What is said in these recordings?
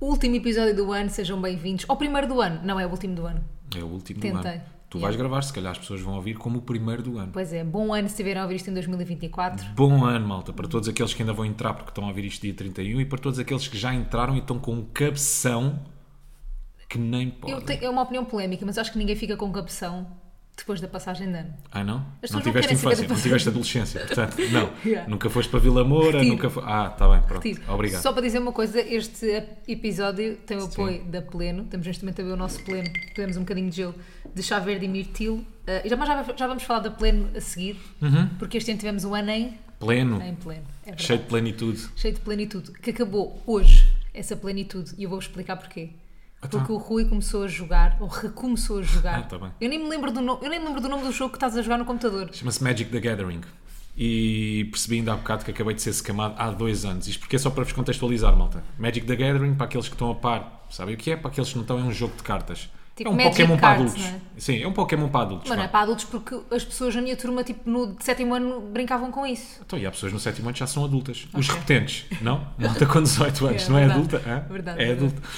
Último episódio do ano, sejam bem-vindos. Ao primeiro do ano, não é o último do ano. É o último do Tentei. ano. Tu Yeah. vais gravar, se calhar as pessoas vão ouvir como o primeiro do ano. Pois é, bom ano se tiveram a ouvir isto em 2024. Bom ano, malta, para todos aqueles que ainda vão entrar porque estão a ouvir isto dia 31 e para todos aqueles que já entraram e estão com um cabeção que nem Eu podem. tenho, é uma opinião polémica, mas acho que ninguém fica com capção depois da passagem de ano. Ah, não? As pessoas Não não tiveste querem saber infância, do não tiveste adolescência, portanto, não. Yeah. Nunca foste para Vila Moura, Retiro. nunca foi. Ah, está bem, pronto. Tiro. Obrigado. Só para dizer uma coisa, este episódio tem o apoio da Pleno. Estamos neste momento a beber o nosso Pleno. Bebemos um bocadinho de gelo de chá verde e mirtilo. Ah, e já, mas já, já vamos falar da Pleno a seguir, porque este ano tivemos um ano em, Pleno, em Pleno. É verdade. cheio de plenitude. cheio de plenitude, que acabou hoje, essa plenitude, e eu vou explicar porquê. Ah, tá. Porque o Rui começou a jogar, ou recomeçou a jogar. Ah, tá bem. Eu nem me lembro do nome, eu nem me lembro do nome do jogo que estás a jogar no computador. Chama-se Magic the Gathering. E percebi ainda há bocado que acabei de ser secamado há dois anos. Isto porque é só para vos contextualizar, malta. Magic the Gathering, para aqueles que estão a par, sabem o que é? Para aqueles que não estão, é um jogo de cartas. Tipo é um Magic Pokémon para Cards, adultos. não Sim, é um Pokémon para adultos. Mas não é vá. para adultos porque as pessoas na minha turma, tipo, no de sétimo ano brincavam com isso. Então, e há pessoas no sétimo ano que já são adultas. Os repetentes, não? Malta com 18 anos, É, não é verdade. adulta? hã? Verdade, é verdade. adulta.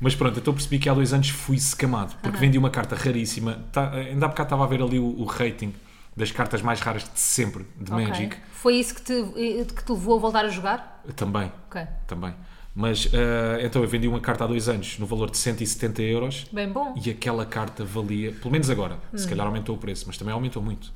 Mas pronto, então percebi que há dois anos fui secamado, porque vendi uma carta raríssima. Tá- ainda há bocado estava a ver ali o, o rating das cartas mais raras de sempre, de Ok. Magic. Foi isso que te, eh, que te levou a voltar a jogar? Também. Ok. Também. Mas eh, então eu vendi uma carta há dois anos no valor de 170 euros Bem bom. e aquela carta valia, pelo menos agora, se Hum. calhar aumentou o preço, mas também aumentou muito,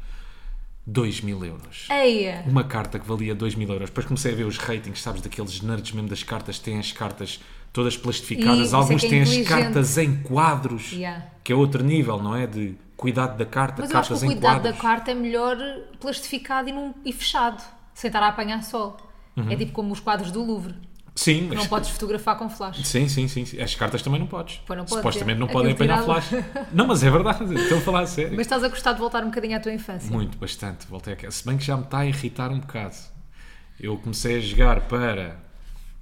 2 mil euros. Eia! Uma carta que valia 2 mil euros. Depois comecei a ver os ratings, sabes, daqueles nerds mesmo das cartas, têm as cartas todas E plastificadas, isso é alguns que é têm as inteligente. cartas em quadros, Yeah. que é outro nível, não é? De cuidado da carta, Mas eu acho que o cartas em cuidado da quadros. carta é melhor plastificado e, num- e fechado, sem estar a apanhar sol. Uhum. É tipo como os quadros do Louvre. Sim, mas Não podes fotografar com flash. Sim, sim, sim. sim. As cartas também não podes. Pois não pode, Supostamente é. não Aquilo podem apanhar tirava. flash. Não, mas é verdade. Estou a falar a sério. Mas estás a gostar de voltar um bocadinho à tua infância. Muito, bastante. Voltei a casa. Se bem que já me está a irritar um bocado. Eu comecei a jogar para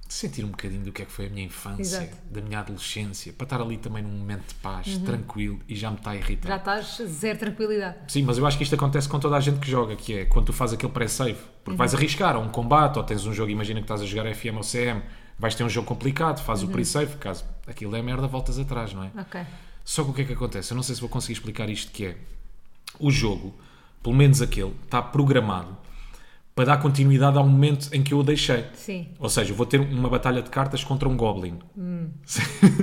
sentir um bocadinho do que é que foi a minha infância, Exato. Uhum. da minha adolescência, para estar ali também num momento de paz, tranquilo, e já me está a irritar. Já estás zero tranquilidade. Sim, mas eu acho que isto acontece com toda a gente que joga, que é quando tu fazes aquele pré-save, Uhum. porque vais arriscar, ou um combate, ou tens um jogo, imagina que estás a jogar FM ou CM, vais ter um jogo complicado, fazes Uhum. o pre-save, caso aquilo é merda, voltas atrás, não é? Ok. Só que o que é que acontece? Eu não sei se vou conseguir explicar isto que é. O jogo, pelo menos aquele, está programado para dar continuidade ao momento em que eu o deixei. Sim. Ou seja, eu vou ter uma batalha de cartas contra um Goblin. Hum.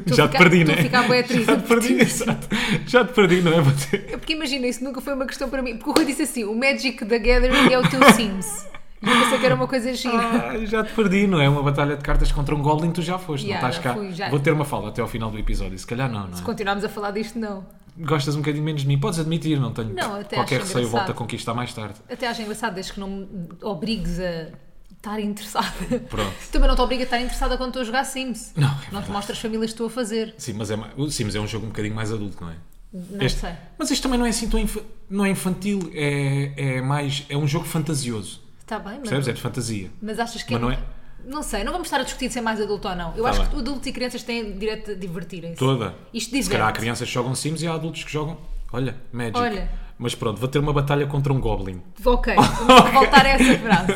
Tu Já te fica- perdi, tu não é? fica bué triste. Já te perdi, exato. Já te perdi, não é? Vou ter- É Porque imagina, isso nunca foi uma questão para mim. Porque o Rui disse assim: o Magic the Gathering é o teu Sims. E eu pensei que era uma coisa gira. Ah, já te perdi, não é? Uma batalha de cartas contra um Goblin, tu já foste, Yeah, não estás Oh. já cá. fui, já. Vou ter uma fala até ao final do episódio, se calhar não, não é? Continuámos a falar disto, não. Gostas um bocadinho menos de mim, podes admitir, não tenho Não, até qualquer acho receio, volto a engraçado. conquistar mais tarde. Até acho engraçado, desde que não me obrigues a estar interessada. Pronto. Também não te obriga a estar interessada quando estou a jogar Sims. Não, é não te verdade. mostras famílias que estou a fazer. Sim, mas é, ma- o Sims é um jogo um bocadinho mais adulto, não é? Não Este- sei. Mas este também não é assim tão infa- não é infantil, é, é mais. é um jogo fantasioso. Está bem, mas. Percebes? É de fantasia. Mas achas que Mas não é? Não sei, não vamos estar a discutir se é mais adulto ou não. Eu Tá acho bem. que adultos e crianças têm direito a divertirem-se. Toda. Isto Se calhar há diverte. crianças que jogam Sims e há adultos que jogam. Olha, Magic. Olha. Mas pronto, vou ter uma batalha contra um Goblin. Ok, vamos voltar a essa frase.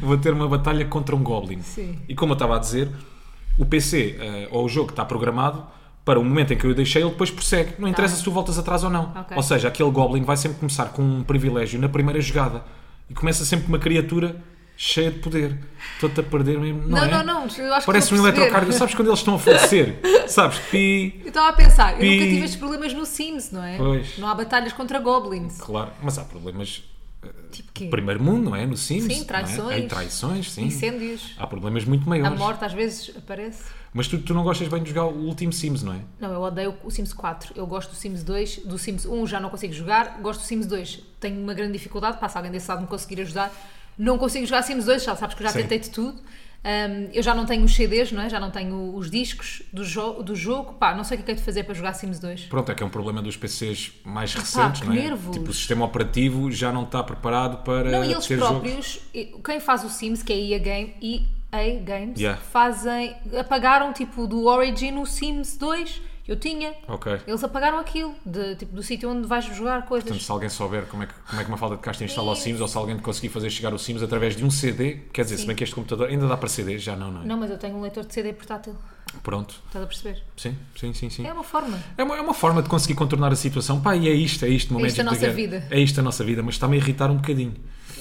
vou ter uma batalha contra um Goblin. Sim. E como eu estava a dizer, o PC eh, ou o jogo está programado para o momento em que eu o deixei, ele depois prossegue. Não interessa se tu voltas atrás ou não. Tá Ok. Ou seja, aquele Goblin vai sempre começar com um privilégio na primeira jogada e começa sempre com uma criatura cheia de poder. Estou-te a perder mesmo. Não, Não, é? não, não, eu acho que estou a Parece um perceber. eletrocardio. Sabes quando eles estão a falecer? Sabes? Pi. Eu estava a pensar, eu nunca Pi. tive estes problemas no Sims, não é? Pois. Não há batalhas contra goblins. Claro, mas há problemas. Tipo quê? Primeiro mundo, não é? No Sims. Sim, não é? traições. Aí traições, sim. Incêndios. Há problemas muito A maiores. morte às vezes aparece. Mas tu, tu não gostas bem de jogar o último Sims, não é? Não, eu odeio o Sims 4. Eu gosto do Sims 2. Do Sims 1 já não consigo jogar. Gosto do Sims 2. Tenho uma grande dificuldade. Pá, se alguém desse lado me conseguir ajudar. Não consigo jogar Sims 2, já sabes que eu já Sim. tentei de tudo. Ahm, eu já não tenho os CDs, não é? Já não tenho os discos do, jo- do jogo. Pá, não sei o que é que é de fazer para jogar Sims 2. Pronto, é que é um problema dos PCs mais recentes, que não é? nervos. Tipo, o sistema operativo já não está preparado para Não, e eles Eh, ter jogos. próprios, e- quem faz o Sims, que é EA, Game, EA Games, Yeah. fazem, apagaram tipo do Origin o Sims 2, eu tinha. Ok. Eles apagaram aquilo, de, tipo, do sítio onde vais jogar coisas. Portanto, se alguém souber como é que, como é que uma falda de casta instala o Sims ou se alguém conseguir fazer chegar o Sims através de um CD, quer dizer, se bem que este computador ainda dá para CD, já não, não é? não, mas eu tenho um leitor de CD portátil. Pronto. Estás a perceber? Sim, sim, sim, sim. É uma forma. É uma, é uma forma de conseguir contornar a situação. Pá, e é isto, é isto, É momento isto a nossa vida. É isto a nossa vida, mas está-me a irritar um bocadinho.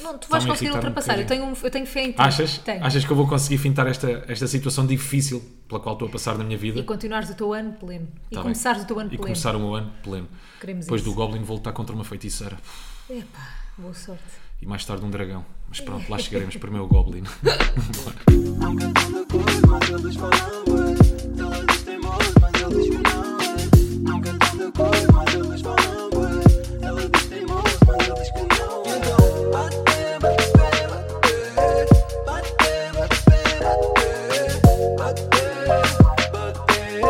Não, tu vais Está-me a conseguir irritar um ultrapassar. eu, tenho bocadinho. um- eu tenho fé em ti. Achas? Tenho. Achas que eu vou conseguir fintar esta, esta situação difícil pela qual estou a passar na minha vida? E continuares o teu ano pleno. e Tá bem. começares o teu ano E pleno. começar o meu ano pleno. Queremos Depois isso. do Goblin voltar contra uma feiticeira. Epá, boa sorte. E mais tarde um dragão. Mas pronto, lá chegaremos. Primeiro o Goblin. I'm good on the court, my girl is fine. Todas as teimosas, mas eles que não. I'm good on the court, my girl is fine. Ela diz teimosa, mas eles que não. Então, bate, bate, bate, bate. Bate,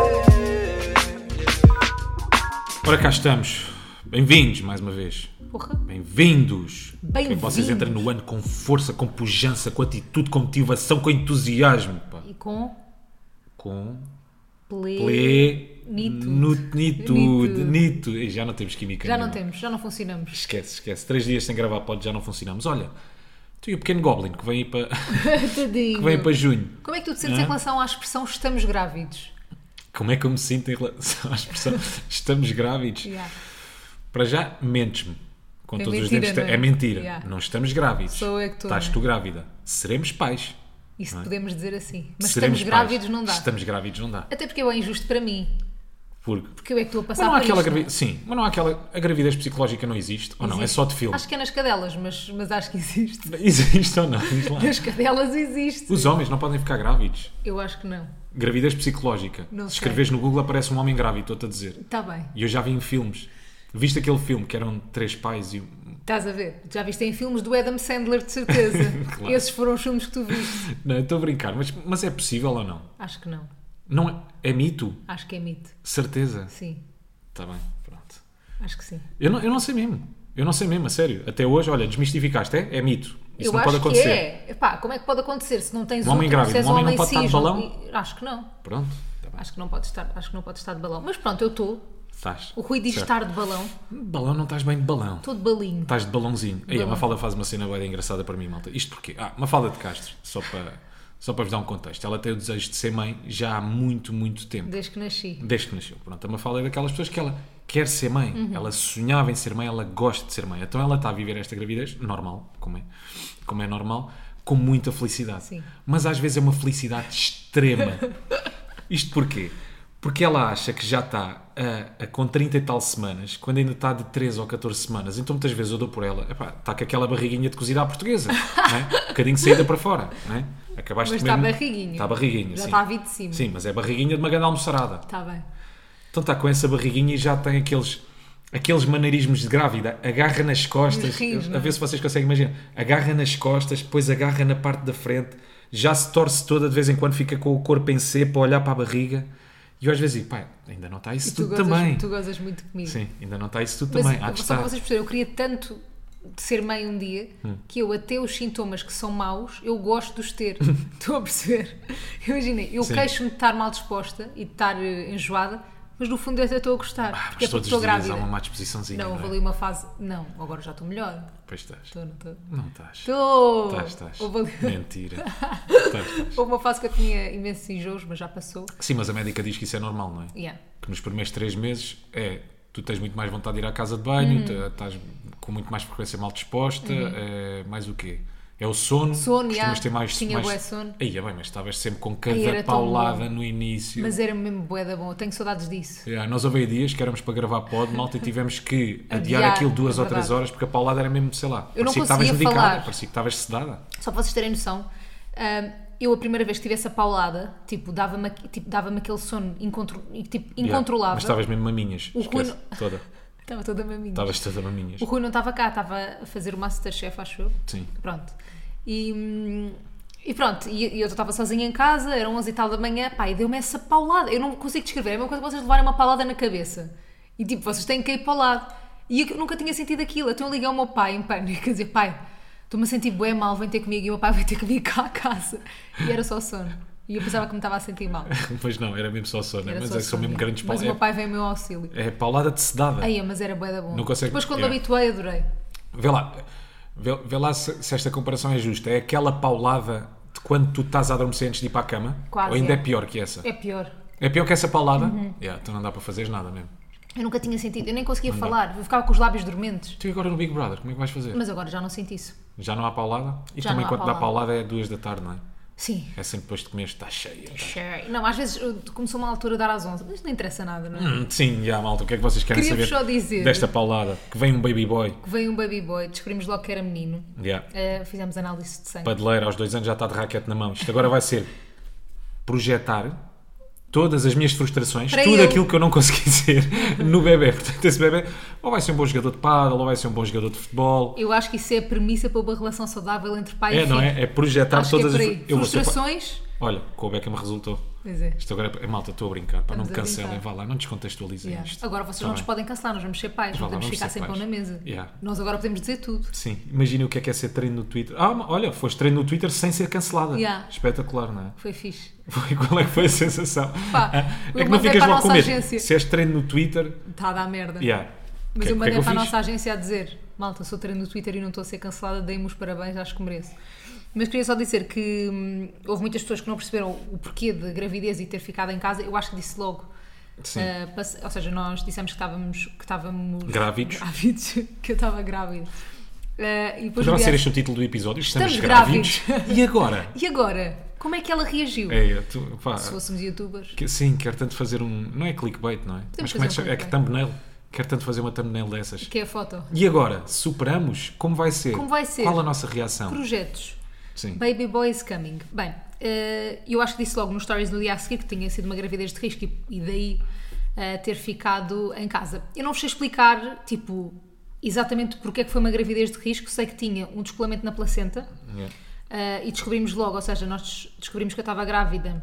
bate, bate, bate. Ora cá estamos. Bem-vindos mais uma vez. Porra. Bem-vindos! Bem-vindos. Que vocês entrem no ano com força, com pujança, com atitude, com motivação, com entusiasmo. pá. E com Com ple... Nitude. plenitude. Nitude. Nito. E Já não temos química. Já não nenhuma. temos, já não funcionamos. Esquece, esquece. Três dias sem gravar pode já não funcionamos. Olha, tu e o pequeno Goblin que vem aí para, Tadinho. que vem aí para junho. Como é que tu te sentes em relação à expressão estamos grávidos? Como é que eu me sinto em relação à expressão estamos grávidos? Yeah. Para já, mentes-me. Com É todos mentira, os dentes. não é? É mentira. Yeah. Não estamos grávidos. Sou eu que estou, Estás não é? tu grávida. Seremos pais. Isso Não é? podemos dizer assim. Mas Seremos estamos grávidos pais. não dá. Estamos grávidos não dá. Até porque é injusto para mim. Porque... Porque eu é que estou a passar Mas não há por aquela isto. gravidez. Sim, mas não há aquela. A gravidez psicológica não existe. Ou não? É Existe. só de filme. Acho que é nas cadelas, mas, mas acho que existe. Existe ou não? Diz lá. Nas cadelas existe. Os homens não podem ficar grávidos. Eu acho que não. Gravidez psicológica. Não sei. Se escreves no Google aparece um homem grávido, estou-te a dizer. Está Tá bem. E eu já vi em filmes. Viste aquele filme que eram três pais e. um- Estás a ver? Já viste em filmes do Adam Sandler, de certeza. Claro. Esses foram os filmes que tu viste. Não, eu estou a brincar, mas, mas é possível ou não? Acho que não. Não é, é mito? Acho que é mito. Certeza. Sim. Está bem, pronto. Acho que sim. Eu não, eu não sei mesmo. Eu não sei mesmo, a sério. Até hoje, olha, desmistificaste, é? É mito. Isso eu não acho pode acontecer. que é. Epá, como é que pode acontecer se não tens Um homem útero, se grávido, és um homem não pode cis, estar de não- balão? e- Acho que não. Pronto, está bem. Acho que não pode estar, acho que não pode estar de balão. Mas pronto, eu estou. Estás. O Rui diz Certo. Tá. estar de balão. Balão não estás bem de balão. Estou de balinho. Estás de balãozinho. Aí, a Balão. Mafalda faz uma cena bem engraçada para mim, malta. Isto porquê? Ah, Mafalda de Castro, só para, só para vos dar um contexto. Ela tem o desejo de ser mãe já há muito, muito tempo. Desde que nasci. Desde que nasceu. Pronto, a Mafalda é daquelas pessoas que ela quer ser mãe. Uhum. Ela sonhava em ser mãe, ela gosta de ser mãe. Então ela está a viver esta gravidez, normal, como é, como é normal, com muita felicidade. Sim. Mas às vezes é uma felicidade extrema. Isto porquê? Porque ela acha que já está a, a- com 30 e tal semanas, quando ainda está de 13 ou 14 semanas. Então muitas vezes eu dou por ela, "Epá, está com aquela barriguinha de cozida à portuguesa, não é? um bocadinho de saída para fora. Não é? Acabaste Mas de está comer- barriguinha. Está barriguinha, Já sim. está a vir de cima. Sim, mas é barriguinha de uma grande almoçarada. Está Tá bem. Então está com essa barriguinha e já tem aqueles, aqueles maneirismos de grávida. Agarra nas costas. Os rios, Eu- não a é? ver se vocês conseguem imaginar. Agarra nas costas, depois agarra na parte da frente. Já se torce toda de vez em quando, fica com o corpo em C para olhar para a barriga. E eu às vezes digo, pai, ainda não está isso E tu, tudo gozas, também. tu gozas muito comigo. Sim, ainda não está Ah, isso tudo Mas também. Há de só para estar. vocês perceberem, eu queria tanto de ser mãe um dia Hum. que eu até os sintomas que são maus, eu gosto de os ter. Estou a perceber? Imaginem, eu Sim. queixo-me de estar mal disposta e de estar eh, enjoada, mas no fundo eu até estou a gostar. Ah, porque é mas porque todos estou os dias há grávida. uma má disposiçãozinha. Não, Não, houve é? ali uma fase. Não, agora já estou melhor. Pois estás. Estou, não estou. Não estás. Estou! Estás, estás. Houve, ali- Mentira. Estás, estás. houve uma fase que eu tinha imensos enjoos, mas já passou. Sim, mas a médica diz que isso é normal, não é? Yeah. que nos primeiros três meses é tu tens muito mais vontade de ir à casa de Uhum. banho, tu- estás com muito mais frequência mal disposta, é, mais o quê? É o sono, Sono, costumas já. ter mais... Tinha mais... bué sono. Aí, é bem, mas estavas sempre com Ai, cada era tão paulada no início. Mas era mesmo boeda bom, eu tenho saudades disso. É, nós houve aí dias que éramos para gravar pod, malta, e tivemos que adiar, Adiar, aquilo duas é ou três verdade. horas, porque a paulada era mesmo, sei lá, Eu não parecia que conseguia estavas medicada, falar. parecia que estavas sedada. Só para vocês terem noção, hum, eu a primeira vez que tive essa paulada, tipo, dava-me aqu- tipo, dava aquele sono incontro, e, tipo, Yeah, incontrolável. Mas estavas mesmo maminhas, O Rui esquece, toda. Estava toda maminha. Estavas toda maminhas. O Rui não estava cá, estava a fazer o Masterchef, acho eu. Sim. Pronto. E, hum, e pronto, e, e eu estava sozinha em casa, eram 11 e tal da manhã, pá, e deu-me essa paulada. Eu não consigo descrever, é a mesma coisa que vocês levarem uma paulada na cabeça. E tipo, vocês têm que ir para o lado. E eu nunca tinha sentido aquilo. Então eu liguei ao meu pai em pânico, quer dizer, pai, estou-me a sentir bué mal, vem ter comigo. E o meu pai veio ter comigo cá à casa. E era só sono. E eu pensava que me estava a sentir mal. Mas não, era mesmo só sono, Era mas só é que são sono, mesmo é. grandes Mas o meu pauladas. pai veio ao meu auxílio. É, é paulada de sedada. Aí, mas era bué da bom. Não consegue- Depois quando yeah. me habituei, adorei. Vê lá, vê, vê lá se, se esta comparação é justa. É aquela paulada de quando tu estás a adormecer antes de ir para a cama, Quase, ou ainda é. é. Uhum. pior que essa. É pior. É pior que essa paulada, yeah, então não dá para fazeres nada mesmo. Eu nunca tinha sentido, eu nem conseguia falar, eu ficava com os lábios dormentes. Tu e agora no Big Brother, como é que vais fazer? Mas agora já não sinto isso. Já não há paulada? E Já também não há quando dá paulada. paulada é duas da tarde, não é? Sim. É sempre depois de comer, está cheia. Sure. Não, às vezes eu- começou uma altura a dar às 11, mas não interessa nada, não é? Hum, Sim, já, malta, o que é que vocês querem Queria-vos saber só dizer- desta paulada? Que vem um baby boy. Que Veio um baby boy, descobrimos logo que era menino, Yeah. eh, fizemos análise de sangue. Padeleira, aos dois anos já está de raquete na mão. Isto agora vai ser projetar todas as minhas frustrações, Para tudo ele. aquilo que eu não consegui ser no bebê. Portanto, esse bebê ou vai ser um bom jogador de pádel, ou vai ser um bom jogador de futebol. Eu acho que isso é a premissa para uma relação saudável entre pai e É, filho. não é? É projetar Acho que é todas por as aí. eu vou ser pa- Frustrações, Olha, com o Beckham resultou. pois é. Isto agora é... Malta, estou a brincar. Para não me Estamos a cancelem, brincar. vá lá, não descontextualizem Yeah. isto. Agora vocês Tá não nos bem. podem cancelar, nós vamos ser pais, Vá não lá, podemos vamos ficar ser sem pão pais. na mesa. Yeah. Nós agora podemos dizer tudo. Sim, imagina o que é que é ser treino no Twitter. Ah, ma- olha, foste treino no Twitter sem ser cancelada. Yeah. Espetacular, não é? Foi fixe. Foi- Qual é que foi a sensação? Pá, é eu que não mandei ficas para a logo com nossa medo. agência. Se és treino no Twitter, Está a dar merda. yeah. Mas Que- eu que é mandei que para a fiz? nossa agência a dizer: Malta, sou treino no Twitter e não estou a ser cancelada, dei-me os parabéns, acho que mereço. Mas queria só dizer que hum, houve muitas pessoas que não perceberam o porquê de gravidez e ter ficado em casa. Eu acho que disse logo. Sim. Ah, passe- ou seja, nós dissemos que estávamos, que estávamos Grávidos. grávidos, que eu estava grávida. Ah, e depois Poderá vi- ser este o título do episódio. Estamos, Estamos grávidos. e agora? E agora? Como é que ela reagiu? É, eu tu- pá, Se fôssemos youtubers. que- sim, quero tanto fazer um. Não é clickbait, não é? fazer Mas como é que um chama? É que clickbait. thumbnail. Quero tanto fazer uma thumbnail dessas. Que é a foto. E agora? Superamos? Como vai ser? Como vai ser? Qual a nossa reação? Projetos. Sim. Baby boy is coming. Bem, eh, eu acho que disse logo nos stories no dia a seguir que tinha sido uma gravidez de risco e, e daí eh, ter ficado em casa. Eu não vos sei explicar, tipo, exatamente porque é que foi uma gravidez de risco. Sei que tinha um descolamento na placenta Yeah. eh, e descobrimos logo, ou seja, nós des- descobrimos que eu estava grávida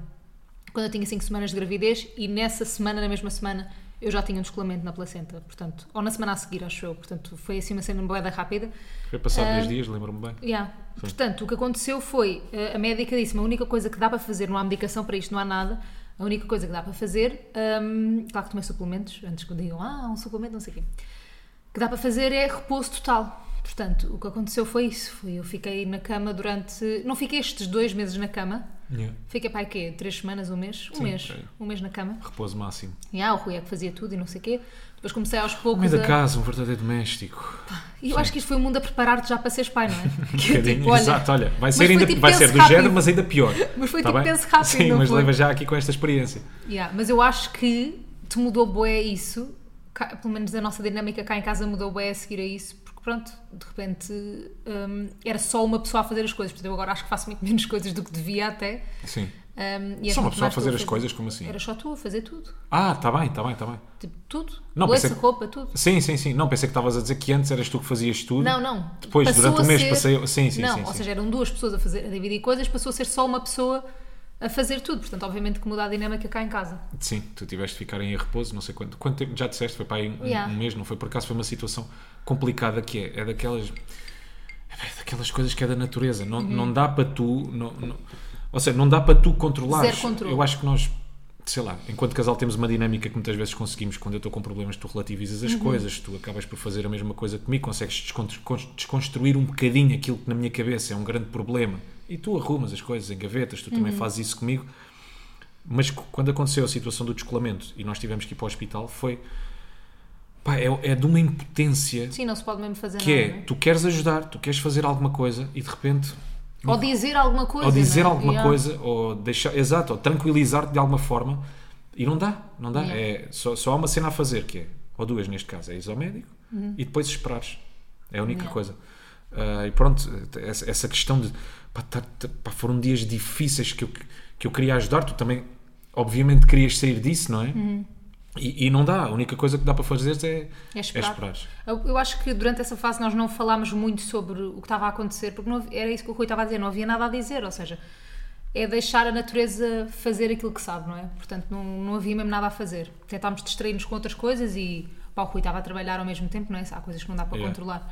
quando eu tinha 5 semanas de gravidez e nessa semana, na mesma semana, eu já tinha um descolamento na placenta, portanto, ou na semana a seguir, acho eu. Portanto, foi assim uma cena boeda rápida. Foi passado Ah. dois dias, lembro-me bem. Yeah. Portanto, o que aconteceu foi, eh, a médica disse-me, a única coisa que dá para fazer, não há medicação para isto, não há nada, a única coisa que dá para fazer, hum, claro que tomei suplementos, antes que digam, ah, um suplemento, não sei o quê, O que dá para fazer é repouso total. Portanto, o que aconteceu foi isso, foi, eu fiquei na cama durante, não fiquei estes dois meses na cama, Yeah. fiquei para aí quê? Três semanas, um mês? Um Sim, mês, ok. um mês na cama. Repouso máximo. E ah, o Rui é que fazia tudo e não sei o quê. Depois comecei aos poucos Comida a... casa, um verdadeiro doméstico. E eu acho que isto foi o mundo a preparar-te já para seres pai, não é? Que é Um bocadinho. tipo, olha, Exato, olha, vai mas ser, foi ainda, tipo vai penso ser do rápido. género, mas ainda pior. Mas foi Tá tipo bem? penso rápido, Sim, não mas foi? leva já aqui com esta experiência. Yeah, mas eu acho que te mudou bué isso, Cá- pelo menos a nossa dinâmica cá em casa mudou bué a seguir a isso, porque pronto, de repente hum, era só uma pessoa a fazer as coisas, portanto eu agora acho que faço muito menos coisas do que devia até. Sim. hum, e és Só uma muito pessoa a mais tu fazer as coisas, como assim? Era só tu a fazer tudo, Ah, tá bem, tá bem, tá bem. tipo tudo, Não, louça, pensei- roupa, tudo. Sim, sim, sim. Não, pensei que estavas a dizer que antes eras tu que fazias tudo. Não, não. Depois, Passou durante a o mês, ser- passei. Sim, sim, não, sim. ou sim. seja, eram duas pessoas a, fazer, a dividir coisas, passou a ser só uma pessoa a fazer tudo, portanto obviamente que muda a dinâmica cá em casa. Sim, tu tiveste de ficar em repouso, não sei quanto. Quanto tempo? Já disseste, foi para aí um, Yeah. um mês, não foi? Por acaso foi uma situação complicada que é. É daquelas. é bem, daquelas coisas que é da natureza. Não, Uhum. não dá para tu. Não, não- ou seja, não dá para tu controlar. Zero controle. Eu acho que nós. Sei lá, enquanto casal temos uma dinâmica que muitas vezes conseguimos quando eu estou com problemas, tu relativizas Uhum. as coisas, tu acabas por fazer a mesma coisa comigo, consegues descontru- con- desconstruir um bocadinho aquilo que na minha cabeça é um grande problema e tu arrumas as coisas em gavetas, tu Uhum. também fazes isso comigo, mas c- quando aconteceu a situação do descolamento e nós tivemos que ir para o hospital, foi. Pá, é, é de uma impotência Sim, não se pode mesmo fazer que nada. é: não tu queres ajudar, tu queres fazer alguma coisa e de repente. é? Ou dizer alguma coisa. ou dizer não é? alguma Yeah. coisa, ou deixar. Exato, ou tranquilizar-te de alguma forma e não dá, não dá. Yeah. É, só, só há uma cena a fazer que é, ou duas neste caso, é ir ao médico e depois esperares. É a Uhum. única Yeah. coisa. Ah, e pronto, essa, essa questão de. Pá, tá- tá- pá, foram dias difíceis que eu, que eu queria ajudar, tu também, obviamente, querias sair disso, não é? E, e não dá, a única coisa que dá para fazer é, Uhum. É esperar. é esperares. Eu eu acho que durante essa fase nós não falámos muito sobre o que estava a acontecer, porque não havia- era isso que o Rui estava a dizer, não havia nada a dizer, ou seja, é deixar a natureza fazer aquilo que sabe, não é? Portanto, não, não havia mesmo nada a fazer. Tentámos distrair-nos com outras coisas e pá, o Rui estava a trabalhar ao mesmo tempo, não é? Há coisas que não dá para Yeah. controlar.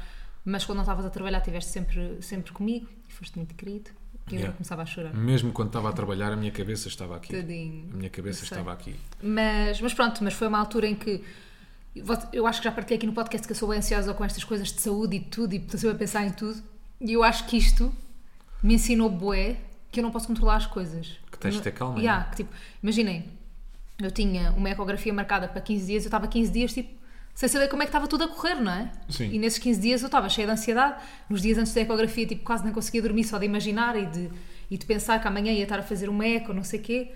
Mas quando não estavas a trabalhar, estiveste sempre, sempre comigo e foste muito querido. E eu Yeah. começava a chorar. Mesmo quando estava a trabalhar, a minha cabeça estava aqui. Tadinho. A minha cabeça Eu sei. estava aqui. Mas, mas pronto, mas foi uma altura em que vo- eu acho que já partilhei aqui no podcast que eu sou bem ansiosa com estas coisas de saúde e tudo e estou sempre a pensar em tudo e eu acho que isto me ensinou bué que eu não posso controlar as coisas. Que tens de ter calma, é? Yeah, que, tipo, imaginem, eu tinha uma ecografia marcada para 15 dias, eu estava 15 dias tipo, sem saber como é que estava tudo a correr, não é? Sim. E nesses 15 dias eu estava cheia de ansiedade. Nos dias antes da ecografia, tipo, quase não conseguia dormir só de imaginar e de, e de pensar que amanhã ia estar a fazer uma eco, não sei o quê.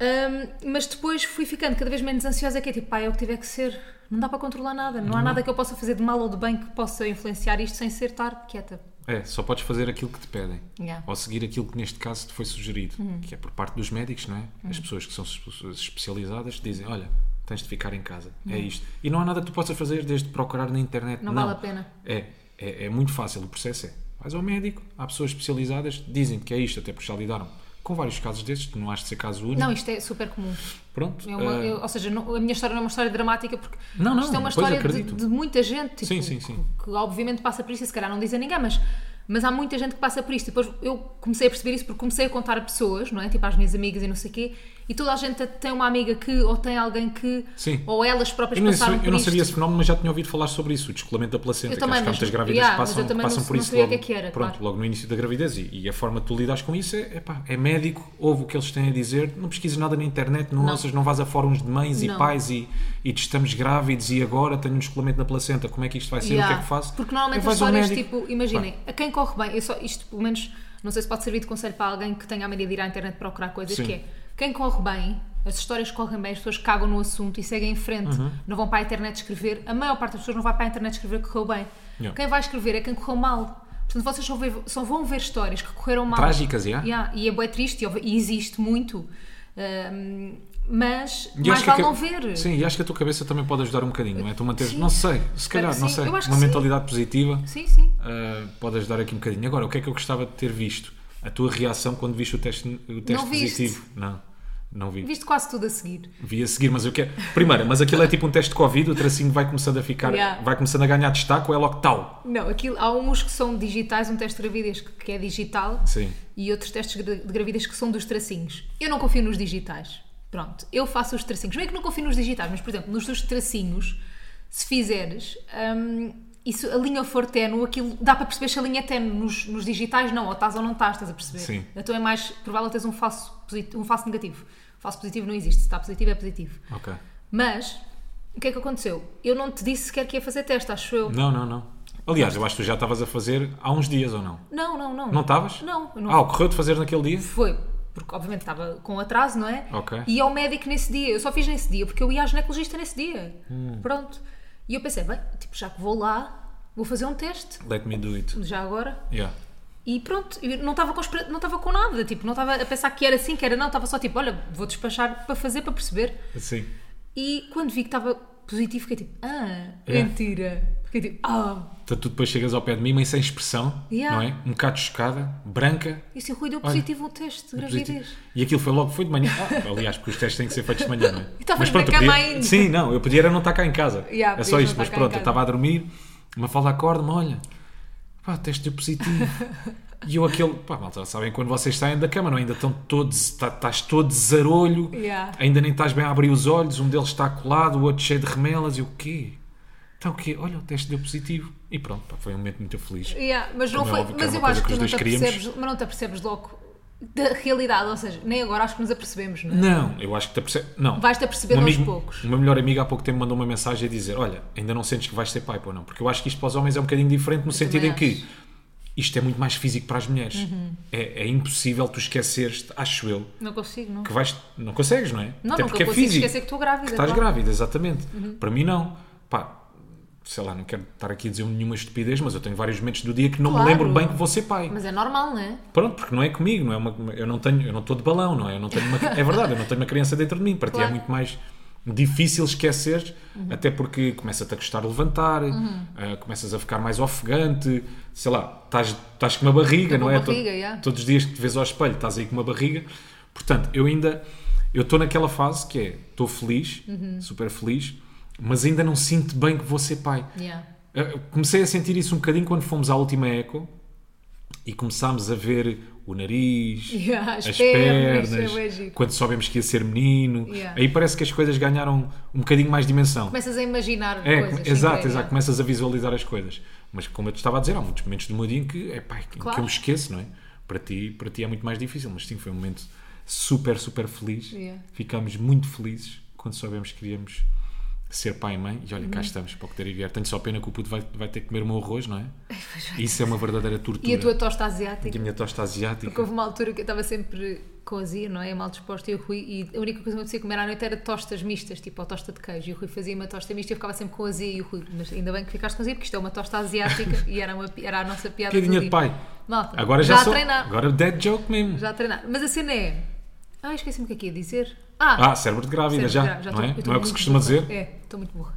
Ahm, mas depois fui ficando cada vez menos ansiosa, que é tipo, pá, é o que tiver que ser. Não dá para controlar nada. Não, há nada que eu possa fazer de mal ou de bem que possa influenciar isto sem ser estar quieta. É, só podes fazer aquilo que te pedem. Yeah. Uhum. Ou seguir aquilo que neste caso te foi sugerido, que é por parte dos médicos, não é? As pessoas que são espe- especializadas dizem, olha, tens de ficar em casa. É isto. E não há nada que tu possas fazer desde procurar na internet. Não vale a pena. É, é, é muito fácil, o processo é. Vais ao médico, há pessoas especializadas, dizem que é isto, até porque já lidaram com vários casos destes, tu não has de ser caso único. Não, isto é super comum. Pronto. É uma- ah, eu- ou seja, não- a minha história não é uma história dramática porque Não, não, isto é uma pois, história de, acredito. de muita gente tipo, Sim, sim, sim. Que, que obviamente passa por isto e se calhar não diz a ninguém, mas, mas há muita gente que passa por isto. Depois eu comecei a perceber isso porque comecei a contar a pessoas, não é? Tipo às minhas amigas e não sei o quê, e toda a gente tem uma amiga que, ou tem alguém que, Sim. ou elas próprias Eu não, passaram eu por não isto. sabia esse fenómeno, mas já tinha ouvido falar sobre isso, o descolamento da placenta, Eu que também, acho que há mas- muitas grávidas yeah, que mas eu passam, que também passam não- por não isso sabia o logo, que é que era, pronto, claro. logo no início da gravidez. E, e a forma de tu lidares com isso é, epá, é médico, ouve o que eles têm a dizer, não pesquises nada na internet, não, Não. ouças, não vás a fóruns de mães Não. e pais e, e de estamos grávidos e agora tenho um descolamento na placenta, como é que isto vai ser, o que é Yeah. que faço? Porque Eu normalmente as vais ao histórias, médico. tipo, imaginem, a quem corre bem, eu só, isto pelo menos, não sei se pode servir de conselho para alguém que tenha a mania de ir à internet procurar coisas, Sim. que é quem corre bem, as histórias correm bem, as pessoas cagam no assunto e seguem em frente, Uhum. não vão para a internet escrever, a maior parte das pessoas não vai para a internet escrever que correu bem. Yeah. Quem vai escrever é quem correu mal. Portanto, vocês só, vê- só vão ver histórias que correram mal. Trágicas, yeah. Yeah, e é bem triste, e houve- e existe muito. Ahm, mas E mais acho que a vale não ca- ver. Sim, e acho que a tua cabeça também pode ajudar um bocadinho, não é? Tu manteres, não sei, se calhar, que não sim. sei, Eu acho uma que sim. mentalidade positiva. sim. sim. Uh, pode ajudar aqui um bocadinho. Agora, o que é que eu gostava de ter visto? A tua reação quando viste o teste, o teste viste. positivo? Não, não vi. Viste quase tudo a seguir. Vi a seguir, mas eu quero. Primeiro, mas aquilo é tipo um teste de Covid, o tracinho vai começando a ficar, Yeah. vai começando a ganhar destaque, ou é logo tal? Não, aquilo, há uns que são digitais, um teste de gravidez que que é digital Sim. e outros testes gra- de gravidez que são dos tracinhos. Eu não confio nos digitais. Pronto, eu faço os tracinhos. Não é que não confio nos digitais, mas por exemplo, nos dos tracinhos, se fizeres hum, e se a linha for tenue, aquilo dá para perceber se a linha é tenue. Nos, nos digitais, não, ou estás ou não estás, estás a perceber? Sim. Então é mais provável teres um falso, posit- um falso negativo. Falso positivo não existe, se está positivo é positivo. Ok. Mas, o que é que aconteceu? Eu não te disse sequer que ia fazer teste, acho eu. Não, não, não. Aliás, eu acho que tu já estavas a fazer há uns dias ou não? Não, não, não. Não estavas? Não, eu não Ah, ocorreu de fazer naquele dia? foi. Porque obviamente estava com atraso, não é? Ok. E ao médico nesse dia. Eu só fiz nesse dia, porque eu ia à ginecologista nesse dia. Hum. Pronto. E eu pensei, bem, tipo, já que vou lá, vou fazer um teste, Let me do it. já agora. Yeah. E pronto, eu não estava com, espera- não estava com nada, tipo, não estava a pensar que era assim, que era não, estava só tipo, olha, vou despachar para fazer, para perceber. Sim. E quando vi que estava positivo, fiquei tipo, ah, Yeah. mentira. Fiquei tipo, ah, Então tu depois chegas ao pé de mim, mas sem expressão, Yeah. não é? Um bocado chocada, branca, e se o Rui deu Olha, positivo o teste de gravidez. Positivo. E aquilo foi logo, foi de manhã. Ah, aliás, porque os testes têm que ser feitos de manhã, não é? Estavas na eu cama podia- ainda. Sim, não, eu podia era não estar cá em casa. Yeah, é podias só não isto, estar mas cá em pronto, eu casa. estava a dormir, uma falda acorda-me, olha, pá, teste deu positivo. e eu aquele, pá, malta, sabem quando vocês saem da cama, não é? ainda estão todos, tá- estás todo zarolho, Yeah. ainda nem estás bem a abrir os olhos, um deles está colado, o outro cheio de remelas, e o quê? Está o quê? Olha, o teste deu positivo. E pronto, pá, foi um momento muito feliz. Yeah, mas não Como é foi, óbvio que mas era eu uma acho coisa que, que tu os não dois te queríamos. apercebes, mas não te apercebes logo da realidade, ou seja, nem agora acho que nos apercebemos, não é? Não, eu acho que te apercebe. Não. Vais-te apercebendo Uma aos amiga- poucos. Uma melhor amiga há pouco tempo mandou uma mensagem a dizer: Olha, ainda não sentes que vais ser pai, pô, não? Porque eu acho que isto para os homens é um bocadinho diferente no sentido em também Uhum. que isto é muito mais físico para as mulheres. É, é impossível tu esqueceres, acho eu, Não consigo, não. que vais. Não consegues, não é? Não, Até nunca porque é consigo físico. esquecer que estou grávida, Que estás claro. Uhum. grávida, exatamente. Para mim, não. Pá, sei lá, não quero estar aqui a dizer nenhuma estupidez, mas eu tenho vários momentos do dia que não Claro. me lembro bem que vou ser pai. Mas é normal, não é? Pronto, porque não é comigo, não é uma, eu não tenho, eu não estou de balão, não é? Eu não tenho uma- é verdade, eu não tenho uma criança dentro de mim, para ti é Claro. Uhum. muito mais difícil esquecer, até porque começa-te a custar levantar, ah, começas a ficar mais ofegante, sei lá, estás, estás com uma barriga, Estou não com barriga, é? Todo- yeah. Todos os dias que te vês ao espelho, estás aí com uma barriga. Portanto, eu ainda eu estou naquela fase que é, estou feliz, Uhum. super feliz, mas ainda não sinto bem que vou ser pai. Yeah. Eu comecei a sentir isso um bocadinho quando fomos à última eco e começámos a ver o nariz, Yeah, as as, pernas, pernas, é bué giro. quando soubemos que ia ser menino. Yeah. Aí parece que as coisas ganharam um bocadinho mais dimensão. Começas a imaginar É, coisas. sem exato, querer, exato. yeah. Começas a visualizar as coisas. Mas como eu te estava a dizer, há muitos momentos do meu dia em que, é pá, em que Claro. eu me esqueço, não é? Para ti, para ti é muito mais difícil, mas sim, foi um momento super, super feliz. Yeah. Ficamos muito felizes quando soubemos que queríamos ser pai e mãe. E olha, cá estamos para o que der e vier. Tenho só pena que o puto vai, vai ter que comer o meu arroz, não é? Isso é uma verdadeira tortura. E a tua tosta E a asiática? minha tosta asiática. Porque houve uma altura que eu estava sempre com azia, não é? Mal disposta e o Rui, e a única coisa que me apetecia comer à noite era tostas mistas, tipo a tosta de queijo. E o Rui fazia uma tosta mista e eu ficava sempre com azia. E o Rui, mas ainda bem que ficaste com azia, porque isto é uma tosta asiática e era, uma, pi- era a nossa piada. do Piadinha é de dia. pai. Malta, Agora já, a sou. treinar. Agora dead joke mesmo. Já a treinar. Mas a cena é. Ah, esqueci-me o que é que ia dizer. Ah, Ah, cérebro de grávida Sempre, já. já não tô- é? eu tô Não é o que muito se costuma burra. dizer. É, estou muito burra.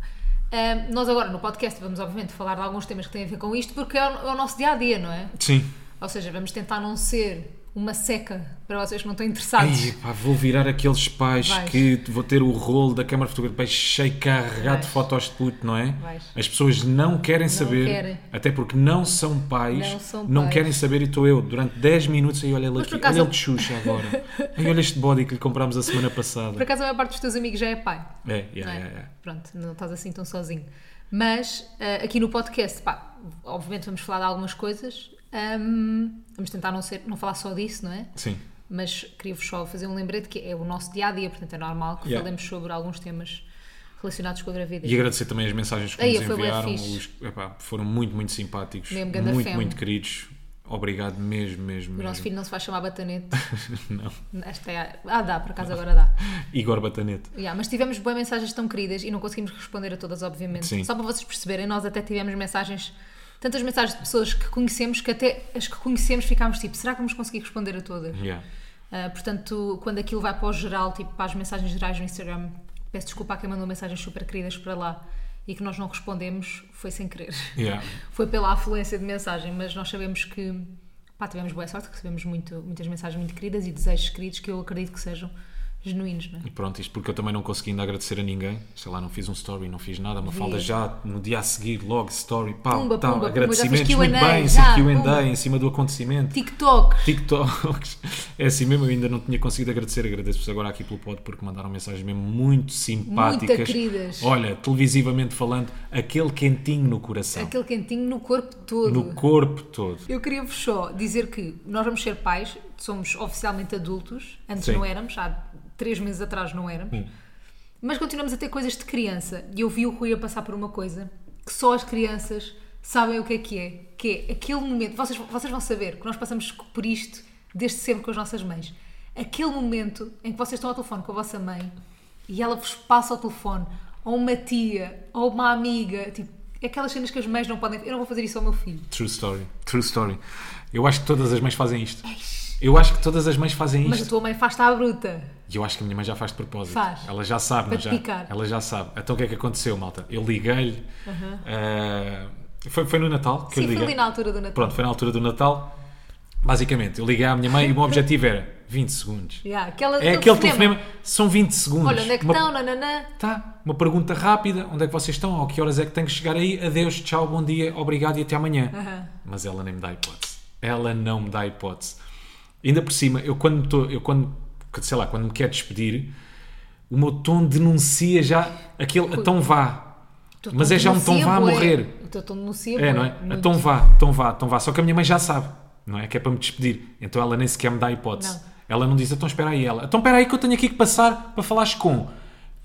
Ahm, nós agora no podcast vamos, obviamente, falar de alguns temas que têm a ver com isto, porque é o, é o nosso dia a dia, não é? Sim. Ou seja, vamos tentar não ser uma seca para vocês que não estão interessados. Ai, pá, vou virar aqueles pais Vais. que vou ter o rolo da câmara fotográfica cheio carregado de Vais. fotos de puto, não é? Vais. As pessoas não querem saber, querem. até porque não são pais, Não são pais. querem saber e estou eu durante 10 minutos aí olha ele Mas aqui, por acaso- olha ele de Xuxa agora. Ai, olha este body que lhe comprámos a semana passada. Por acaso, a maior parte dos teus amigos já é pai. É, é, não é? é, é. Pronto, não estás assim tão sozinho. Mas ah, aqui no podcast, pá, obviamente vamos falar de algumas coisas. Ahm, vamos tentar não, ser, não falar só disso, não é? Sim. mas queria-vos só fazer um lembrete que é o nosso dia a dia, portanto é normal que Yeah. falemos sobre alguns temas relacionados com a gravidez. E agradecer também as mensagens que Aí, nos foi bué enviaram. fixe. os- epá, foram muito, muito simpáticos. Mesmo ganda muito, fama. muito queridos. Obrigado mesmo, mesmo, O nosso mesmo. filho não se vai chamar Batanete. Não. Esta é a- Ah, dá, por acaso agora dá. Igor Batanete. Yeah, mas tivemos boas mensagens tão queridas e não conseguimos responder a todas, obviamente. Sim. Só para vocês perceberem, nós até tivemos mensagens, tantas mensagens de pessoas que conhecemos que até as que conhecemos ficámos tipo, será que vamos conseguir responder a todas? Yeah. Uh, portanto, quando aquilo vai para o geral, tipo para as mensagens gerais no Instagram, peço desculpa a quem mandou mensagens super queridas para lá e que nós não respondemos, foi sem querer. Yeah. Foi pela afluência de mensagem, mas nós sabemos que pá, tivemos boa sorte, que recebemos muito, muitas mensagens muito queridas e desejos queridos que eu acredito que sejam genuínos, não é? E pronto, isto porque eu também não consegui ainda agradecer a ninguém. Sei lá, não fiz um story, não fiz nada. Uma falda já no dia a seguir, logo story, pá, Pumba, tal, pumba, pumba, já fiz agradecimentos muito Q&A, bem, já, sim, pumba. Q&A em cima do acontecimento. TikTok! TikToks, é assim mesmo, eu ainda não tinha conseguido agradecer. Agradeço-vos agora aqui pelo pod porque mandaram mensagens mesmo muito simpáticas. queridas. Olha, televisivamente falando, aquele quentinho no coração, Aquele quentinho no corpo todo. no corpo todo. Eu queria-vos só dizer que nós vamos ser pais, somos oficialmente adultos, antes Sim. não éramos, há três meses atrás não éramos, mas continuamos a ter coisas de criança. E eu vi o Rui a passar por uma coisa que só as crianças sabem o que é que é, que é aquele momento, vocês, vocês vão saber que nós passamos por isto desde sempre com as nossas mães, aquele momento em que vocês estão ao telefone com a vossa mãe e ela vos passa ao telefone a uma tia ou uma amiga, tipo, aquelas cenas que as mães não podem, eu não vou fazer isso ao meu filho. True story, true story. Eu acho que todas as mães fazem isto. Eu acho que todas as mães fazem É Mas isto. a tua mãe faz-te à bruta. E eu acho que a minha mãe já faz de propósito. Faz. Ela já sabe, Para não te já? picar. Ela já sabe. Então o que é que aconteceu, malta? Eu liguei-lhe. ah, foi, foi no Natal que eu Sim, liguei. foi ali na altura do Natal. Pronto, foi na altura do Natal. Basicamente, eu liguei à minha mãe e o meu objetivo era 20 segundos. Yeah, aquela- É aquele telefonema, são 20 segundos. um Olha, onde é que Uma- estão? Nananã. Tá, uma pergunta rápida, onde é que vocês estão? A que horas é que tenho que chegar aí? Adeus, tchau, bom dia, obrigado e até amanhã. Aham. Mas ela nem me dá hipótese. Ela não me dá hipótese. Ainda por cima, eu quando estou, eu quando, sei lá, quando me quer despedir, o meu tom denuncia já aquele, então vá. O teu Mas tom é já um denuncia tom vá a bué. morrer. O teu tom denuncia, É, bué, não é? muito. Então vá, então vá, então vá. Só que a minha mãe já sabe, não é? Que é para me despedir. Então ela nem sequer me dá a hipótese. Não. Ela não diz, então espera aí ela. Então espera aí que eu tenho aqui que passar para falares com.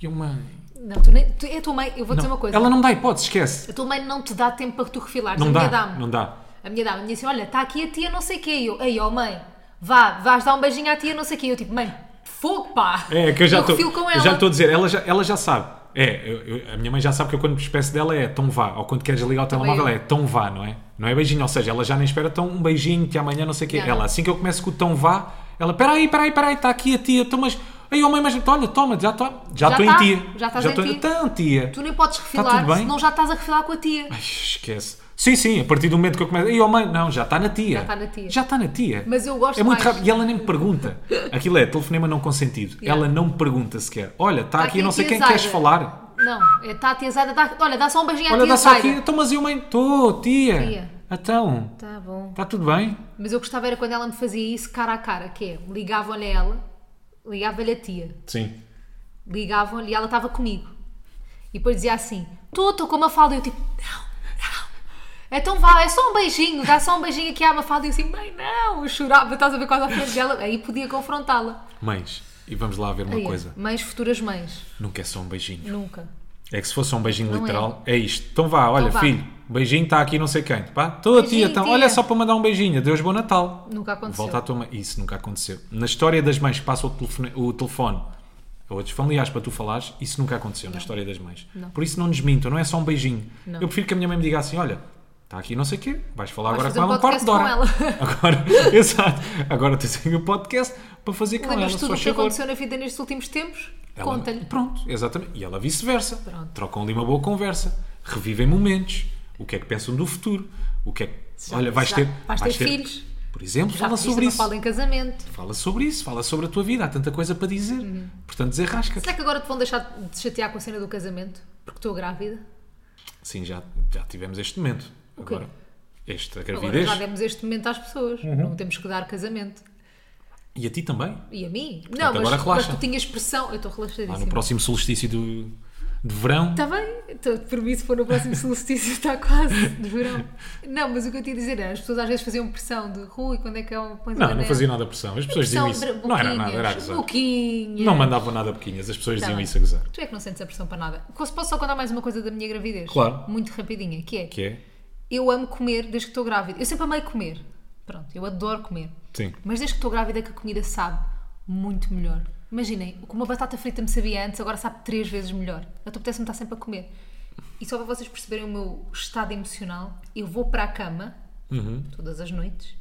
E eu, mãe. Não, tu nem, tu- é a tua mãe, eu vou dizer não, uma coisa. Ela não me dá a hipótese, esquece. A tua mãe não te dá tempo para tu refilares. Não a dá, minha dá-me. não dá. A minha dá-me. A minha disse, assim, olha, está aqui a tia não sei o quê. E eu, ei, ó mãe, vá, vais dar um beijinho à tia não sei o quê. E eu tipo, mãe, fogo, pá. É, que eu já refilo com estou ela. já estou a dizer, ela já, ela já sabe. É, eu- eu- a minha mãe já sabe que eu quando me despeço dela é tão vá, ou quando queres ligar o Também telemóvel eu. é tão vá, não é? Não é beijinho, ou seja, ela já nem espera tão um beijinho, que amanhã não sei o quê. Não. Ela, assim que eu começo com o tão vá, ela, peraí, peraí, peraí, está aqui a tia, então mas, aí ó mãe, mas olha, toma, já estou Já já estou em tá, tia. já estás em estou ti. Então, tia. Tu nem podes refilar, tudo bem? senão já estás a refilar com a tia. Ai, esquece. Sim, sim, a partir do momento que eu começo, aí ó mãe, não, já está na tia. Já tá na tia. Já tá na tia. Mas eu gosto É muito mais. rápido. E ela nem me pergunta. Aquilo é telefonema não consentido. Yeah. Ela não me pergunta sequer. Olha, está Tá aqui, eu não a sei tia quem queres Zaida. falar. Não, é, está a tia Zaida, dá- olha, dá só um beijinho à Olha, tia dá só Zaida. aqui. Então, mas eu, mãe, estou, tia. Tia. Então, Tá bom. está tudo bem? Mas eu gostava era quando ela me fazia isso cara a cara, que é, ligavam-lhe a ela, ligava-lhe a tia, Sim. ligavam-lhe e ela estava comigo. E depois dizia assim, tu, estou com uma falda, eu tipo, não, não. Então vá, é só um beijinho, dá só um beijinho aqui à Mafalda e eu assim, mãe, não, eu chorava, estás a ver quase à frente dela, aí podia confrontá-la. Mães, e vamos lá ver uma Aí é, coisa. Mães, futuras mães, Nunca é só um beijinho. nunca. É que se fosse só um beijinho Não literal, é. isto. Então vá, olha, vá. filho, beijinho está aqui, não sei quem. Pá, estou a tia, Beijinho, então, tia. olha só para mandar um beijinho. Adeus, bom Natal. Nunca aconteceu. Volta à tua mãe. Isso nunca aconteceu. Na história das mães que passa o telefone, o telefone a outros familiares para tu falares, isso nunca aconteceu na história das mães. Não. Por isso não desminto, não é só um beijinho. Não. Eu prefiro que a minha mãe me diga assim: olha, está aqui não sei o quê, vais falar Vais agora fazer com um ela um quarto de hora. podcast com Agora, exato. Agora tens aí o podcast para fazer com ela. Lembras-te Só tudo o que chegou. aconteceu na vida nestes últimos tempos? Ela- Conta-lhe. Pronto, exatamente. E ela vice-versa. Pronto. Trocam ali uma boa conversa, revivem momentos, o que é que pensam do futuro, o que é que. olha, vais já- ter. vais ter filhos. Por exemplo, Já fala pediste sobre é uma isso. fala em casamento. Fala sobre isso, fala sobre a tua vida, há tanta coisa para dizer. Uhum. Portanto, desenrasca. Será que agora te vão deixar de te chatear com a cena do casamento? Porque estou grávida? Sim, já, já tivemos este momento. quê? Agora, esta Agora gravidez. já demos este momento às pessoas. Uhum. Não temos que dar casamento. E a ti também. E a mim? não, mas, agora mas relaxa. tu tinhas pressão. Eu estou Lá relaxadíssima. Ah, no próximo solstício do, de verão. Está bem? Então, por mim, se for no próximo solstício, está quase de verão. Não, mas o que eu tinha a dizer era: as pessoas às vezes faziam pressão de Rui, quando é que é um pões o Não, não anel?" fazia nada de pressão. As pessoas diziam Pressão, isso. bra- Não era boquinhas, nada, era a gozar. boquinhas. Não mandavam nada boquinhas, as pessoas diziam Tá. isso a gozar. Tu é que não sentes a pressão para nada. Posso posso só contar mais uma coisa da minha gravidez? Claro. Muito rapidinha, que é: Que é? eu amo comer desde que estou grávida. Eu sempre amei comer. Pronto, eu adoro comer. Sim. Mas desde que estou grávida é que a comida sabe muito melhor. Imaginem, o que uma batata frita me sabia antes, agora sabe três vezes melhor. Eu estou pudesse-me estar sempre a comer. E só para vocês perceberem o meu estado emocional, eu vou para a cama, Uhum. todas as noites,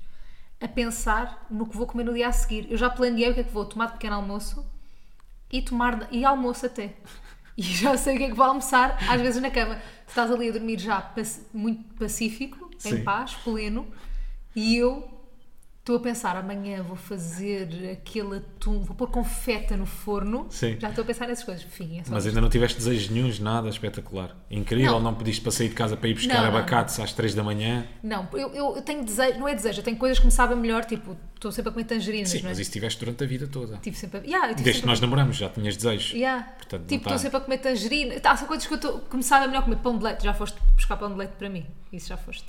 a pensar no que vou comer no dia a seguir. Eu já planeei o que é que vou tomar de pequeno almoço e tomar e almoço até. E já sei o que é que vou almoçar, às vezes na cama. Tu estás ali a dormir já paci- muito pacífico, Sim. em paz, pleno, e eu estou a pensar, amanhã vou fazer aquele atum, vou pôr confeta no forno. Sim. Já estou a pensar nessas coisas. Enfim, é só Mas isto. ainda não tiveste desejos nenhuns, nada espetacular. Incrível, não, Não. pediste para sair de casa para ir buscar Não, não, abacates às 3 da manhã. Não, eu, eu, eu tenho desejo, não é desejo, eu tenho coisas que me sabem melhor, tipo, estou sempre a comer tangerinas, Sim, não é? mas isso tiveste durante a vida toda. Tive sempre a... Yeah, eu tive Desde que sempre a- nós namoramos, já tinhas desejos. Yeah. Portanto, não tipo, estou tá- sempre a comer tangerina. Tá, são coisas que eu estou. Começava melhor a comer pão de leite. Já foste buscar pão de leite para mim. Isso já foste.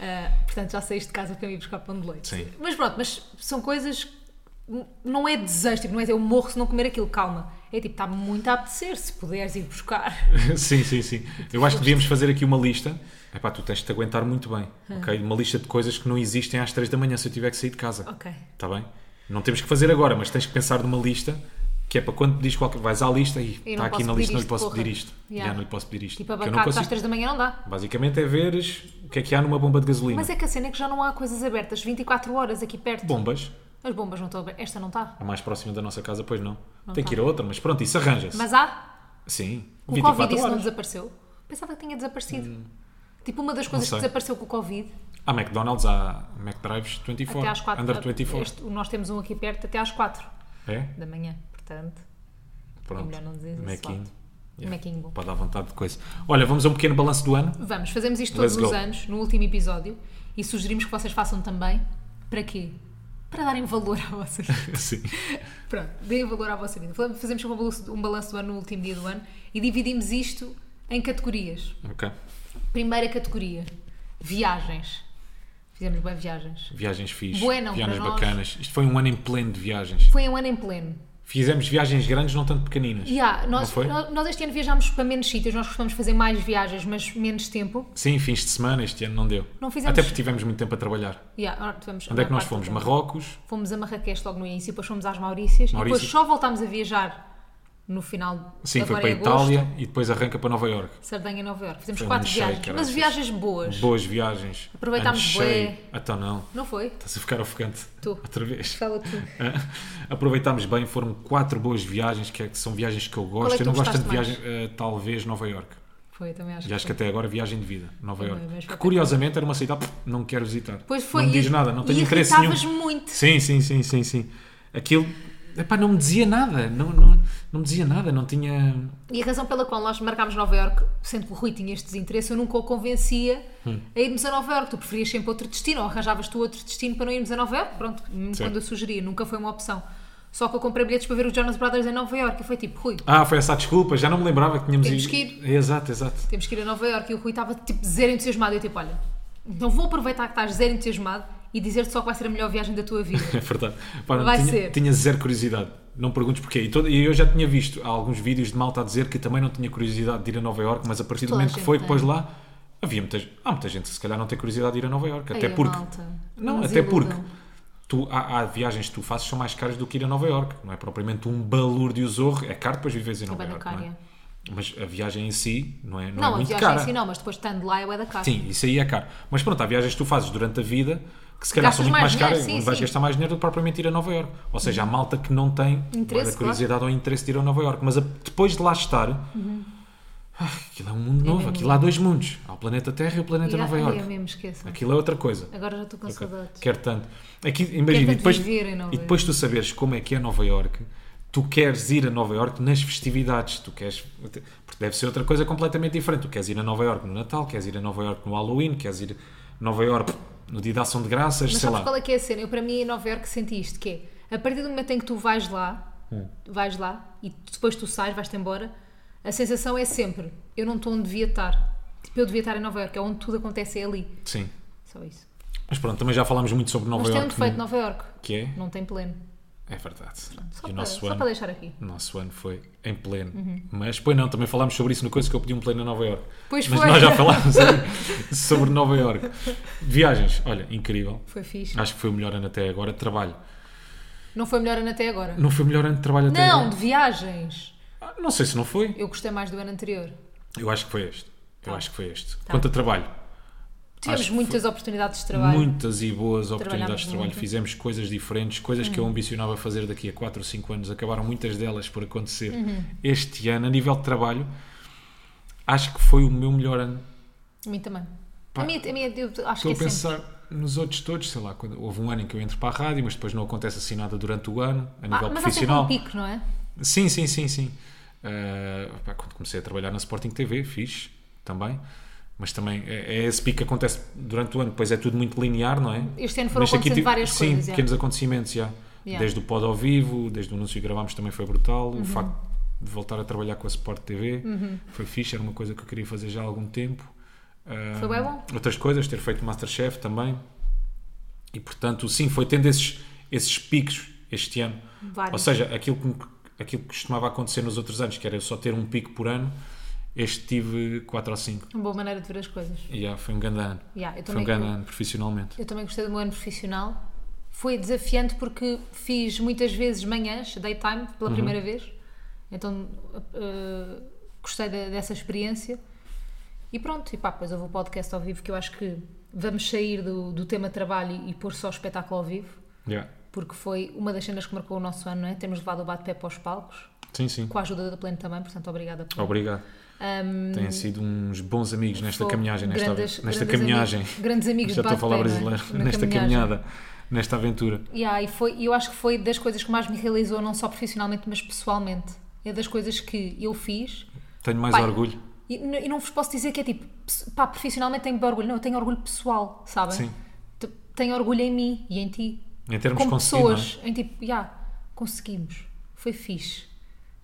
Ah, portanto, já saíste de casa para mim buscar pão de leite. Sim. Mas pronto, mas são coisas. que n- Não é desejo, tipo, não é eu morro se não comer aquilo, calma. É tipo, está muito a apetecer, se puderes ir buscar. sim, sim, sim. Eu acho que devíamos fazer aqui uma lista. Epá, tu tens de te aguentar muito bem, Hum. ok? Uma lista de coisas que não existem às 3 da manhã se eu tiver que sair de casa. Ok. Está bem? Não temos que fazer agora, mas tens que pensar numa lista que é para quando pedires qualquer. Vais à lista e Eu está não aqui posso na pedir lista, não lhe isto, posso porra. pedir isto. Yeah. Já não lhe posso pedir isto. Tipo, Porque eu não abacate às consigo. 3 da manhã não dá. Basicamente é veres o que é que há numa bomba de gasolina. Mas é que a cena é que já não há coisas abertas 24 horas aqui perto. Bombas. As bombas não estão abertas. Esta não tá. está. A É mais próxima da nossa casa, pois não. Tem tá. que ir a outra, mas pronto, isso arranja-se. Mas há? Sim, O Covid isso 24 não horas. Hum. desapareceu? Pensava que tinha desaparecido. Tipo, uma das coisas que sei. desapareceu com o Covid, Há McDonald's, há McDrives 24, até às 4 Under 24. este- nós temos um aqui perto, até às 4 É? da manhã, portanto, é Pronto. melhor não dizer isso. Macinho. Yeah. Maquinho bom. Para dar vontade de coisa. Olha, vamos a um pequeno balanço do ano. é, Vamos, fazemos isto Let's todos os go. anos, no último episódio, e sugerimos que vocês façam também. Para quê? Para darem valor à vossa vida. Sim. Pronto, deem valor à vossa vida. Fazemos um balanço, um balanço do ano no último dia do ano e dividimos isto em categorias. Ok. Primeira categoria, viagens. Fizemos bem viagens. Viagens fixe. Bueno, viagens para nós. bacanas. Isto foi um ano em pleno de viagens. Foi um ano em pleno. Fizemos viagens grandes, não tanto pequeninas. Yeah, Não nós, foi? nó- nós este ano viajámos para menos sítios, nós costumamos fazer mais viagens, mas menos tempo. Sim, fins de semana, este ano não deu. Não fizemos- Até porque tivemos muito tempo a trabalhar. Yeah, ora, tivemos a Onde é que maior nós parte do fomos? tempo. Marrocos, Fomos a Marrakech logo no início, depois fomos às Maurícias, e Maurícias. depois só voltámos a viajar no final sim, foi agora para a em agosto, Itália e depois arranca para Nova Iorque. Sardanha e Nova Iorque. Fizemos Foi um quatro ano cheio, viagens, mas caraças. viagens boas. Boas viagens. Aproveitámos Ano cheio. bué. Então não. Não foi? Estás a ficar ofegante. Tu. Outra vez. Fala tu. Aproveitámos bem. Foram quatro boas viagens, que é- que são viagens que eu gosto. é que eu não tu gosto tanto de gostaste viagem, eh, talvez Nova Iorque. Foi, também acho E acho que foi. até agora viagem de vida, Nova Também, Iorque. mas Que qualquer curiosamente era uma cidade pff, não quero visitar. Pois foi. Não me e- diz nada, não e tenho interesse nenhum. irritavas muito. Sim, sim, sim, sim, sim. Aquilo, epá, não me dizia nada, não, não, não me dizia nada, não tinha... E a razão pela qual nós marcámos Nova Iorque, sendo que o Rui tinha este desinteresse, eu nunca o convencia Hum. a irmos a Nova Iorque. Tu preferias sempre outro destino, ou arranjavas tu outro destino para não irmos a Nova Iorque. Pronto, hum, quando eu sugeria, nunca foi uma opção. Só que eu comprei bilhetes para ver os Jonas Brothers em Nova Iorque e foi tipo, Rui, Ah, foi essa a desculpa, já não me lembrava que tínhamos Temos ido. que ir. Exato, exato. temos que ir a Nova Iorque. E o Rui estava tipo zero entusiasmado. Eu tipo, olha, Então vou aproveitar que estás zero entusiasmado e dizer-te só que vai ser a melhor viagem da tua vida. É verdade. Pá, não, Vai tinha, ser. tinha zero curiosidade. Não perguntes porquê. E, todo- e eu já tinha visto alguns vídeos de malta a dizer que também não tinha curiosidade de ir a Nova Iorque, mas a partir do Toda a momento que gente foi, tem. depois lá, havia muita, há muita gente que se calhar não tem curiosidade de ir a Nova Iorque. Até Ei, a porque. malta, Não, é nos até iludam. porque tu, há, há viagens que tu fazes que são mais caras do que ir a Nova Iorque. Não é propriamente um balúrdio zorro. É caro depois viveres em Nova bem na Iorque. Não é? cara, Mas a viagem em si não é, não Não, é a muito viagem cara. em si não, mas depois estando lá é da cara. Sim, isso aí é caro. Mas pronto, há viagens que tu fazes durante a vida que se calhar Gastas são muito mais, mais caras, dinheiro, onde sim, vais sim. gastar mais dinheiro do que propriamente ir a Nova Iorque. Ou seja, há malta que não tem Interesse, bué da curiosidade ou interesse de ir a Nova Iorque, mas a- depois de lá estar, ah, aquilo é um mundo novo, Uhum. mesmo aquilo há dois mundos, há o planeta Terra e o planeta E há- Nova ai, Eu Iorque. mesmo esqueço. Aquilo é outra coisa. Agora já estou com saudades. Quero tanto. Aqui, imagina, tanto e depois, viver em Nova e depois tu saberes como é que é Nova Iorque, tu queres ir a Nova Iorque nas festividades, tu queres. Porque deve ser outra coisa completamente diferente. Tu queres ir a Nova Iorque no Natal, queres ir a Nova Iorque no Halloween, queres ir a Nova Iorque no dia da ação de graças, Mas sei sabes lá. qual é que é a cena? Eu, para mim, em Nova Iorque senti isto, que é, a partir do momento em que tu vais lá, Hum. vais lá, e tu- depois tu sais, vais-te embora, a sensação é sempre, eu não estou onde devia estar. Tipo, eu devia estar em Nova Iorque, é onde tudo acontece, é ali. Sim. Só isso. Mas pronto, também já falámos muito sobre Nova Mas tem um Iorque. defeito, Nova Iorque. Que é? Não tem pleno. É verdade. Só, E o para, nosso só ano. para Uhum. deixar aqui. o Nosso ano foi em pleno. Mas, pois não, também falámos sobre isso no coisa que eu pedi um pleno a Nova Iorque. Pois Mas foi. nós já falámos sobre, sobre Nova Iorque. Viagens, olha, incrível. Foi fixe. Acho que foi o melhor ano até agora de trabalho. Não foi melhor ano até agora. Não foi o melhor ano de trabalho até Não, agora? de viagens. Ah, Não sei se não foi. Eu gostei mais do ano anterior. Eu acho que foi este. Tá. Eu acho que foi este. Quanto a trabalho, Tivemos Acho que muitas oportunidades de trabalho. muitas e boas oportunidades de trabalho. muito. Hum. Fizemos coisas diferentes, coisas que eu ambicionava fazer daqui a 4 ou 5 anos. Acabaram muitas delas por acontecer Uhum. este ano. A nível de trabalho, acho que foi o meu melhor ano. A mim também. Pá, a mim, a mim eu acho que Estou é a sempre. pensar nos outros todos, sei lá, quando, houve um ano em que eu entro para a rádio, mas depois não acontece assim nada durante o ano, a Ah, mas há nível sempre profissional. um pico, não é? Sim, sim, sim, sim. Uh, pá, quando comecei a trabalhar na Sporting TV, fiz também. Mas também é, é esse pico que acontece durante o ano, depois é tudo muito linear, não é? Este ano foram Mas acontecendo tive- várias sim, coisas, é. pequenos acontecimentos, já. Yeah. Uhum. Desde o pod ao vivo, desde o anúncio que gravámos também foi brutal. O facto de voltar a trabalhar com a Sport TV foi fixe, era uma coisa que eu queria fazer já há algum tempo. Uh, Foi bué bom. Outras coisas, ter feito Masterchef também. E portanto, sim, foi tendo esses, esses picos este ano. Vários. Ou seja, aquilo que, me- aquilo que costumava acontecer nos outros anos, que era eu só ter um pico por ano, este tive 4 ou 5. é. Uma boa maneira de ver as coisas. E yeah, foi um grande ano. Yeah, eu, Foi um também, grande eu, ano profissionalmente. eu também gostei do meu ano profissional. Foi desafiante porque fiz muitas vezes manhãs, daytime, pela Uhum. primeira vez. Então eh, gostei de- dessa experiência. E pronto, e pá, depois houve o podcast ao vivo que eu acho que vamos sair do, do tema trabalho e pôr só o espetáculo ao vivo, Yeah. porque foi uma das cenas que marcou o nosso ano, não é? Temos levado o bate-pé para os palcos, Sim, sim. com a ajuda da Pleno também, portanto, obrigada por Obrigado. Ahm, Têm sido uns bons amigos nesta Hum. Fogo. caminhagem. Nesta, Grandes- nesta grandes caminhagem. amigos- grandes amigos Já de estou a falar bate-pé, não é? brasileiro. Na Nesta caminhagem. caminhada. Nesta aventura. Yeah, e foi, eu acho que foi das coisas que mais me realizou, não só profissionalmente, mas pessoalmente. É das coisas que eu fiz. Tenho mais Pai, orgulho. E, n- e não vos posso dizer que é tipo, ps- pá, profissionalmente tenho bué orgulho. Não, eu tenho orgulho pessoal, sabem? Sim. T- Tenho orgulho em mim e em ti. Em termos Como conseguidos. não é? pessoas, em tipo, yeah, conseguimos. Foi fixe.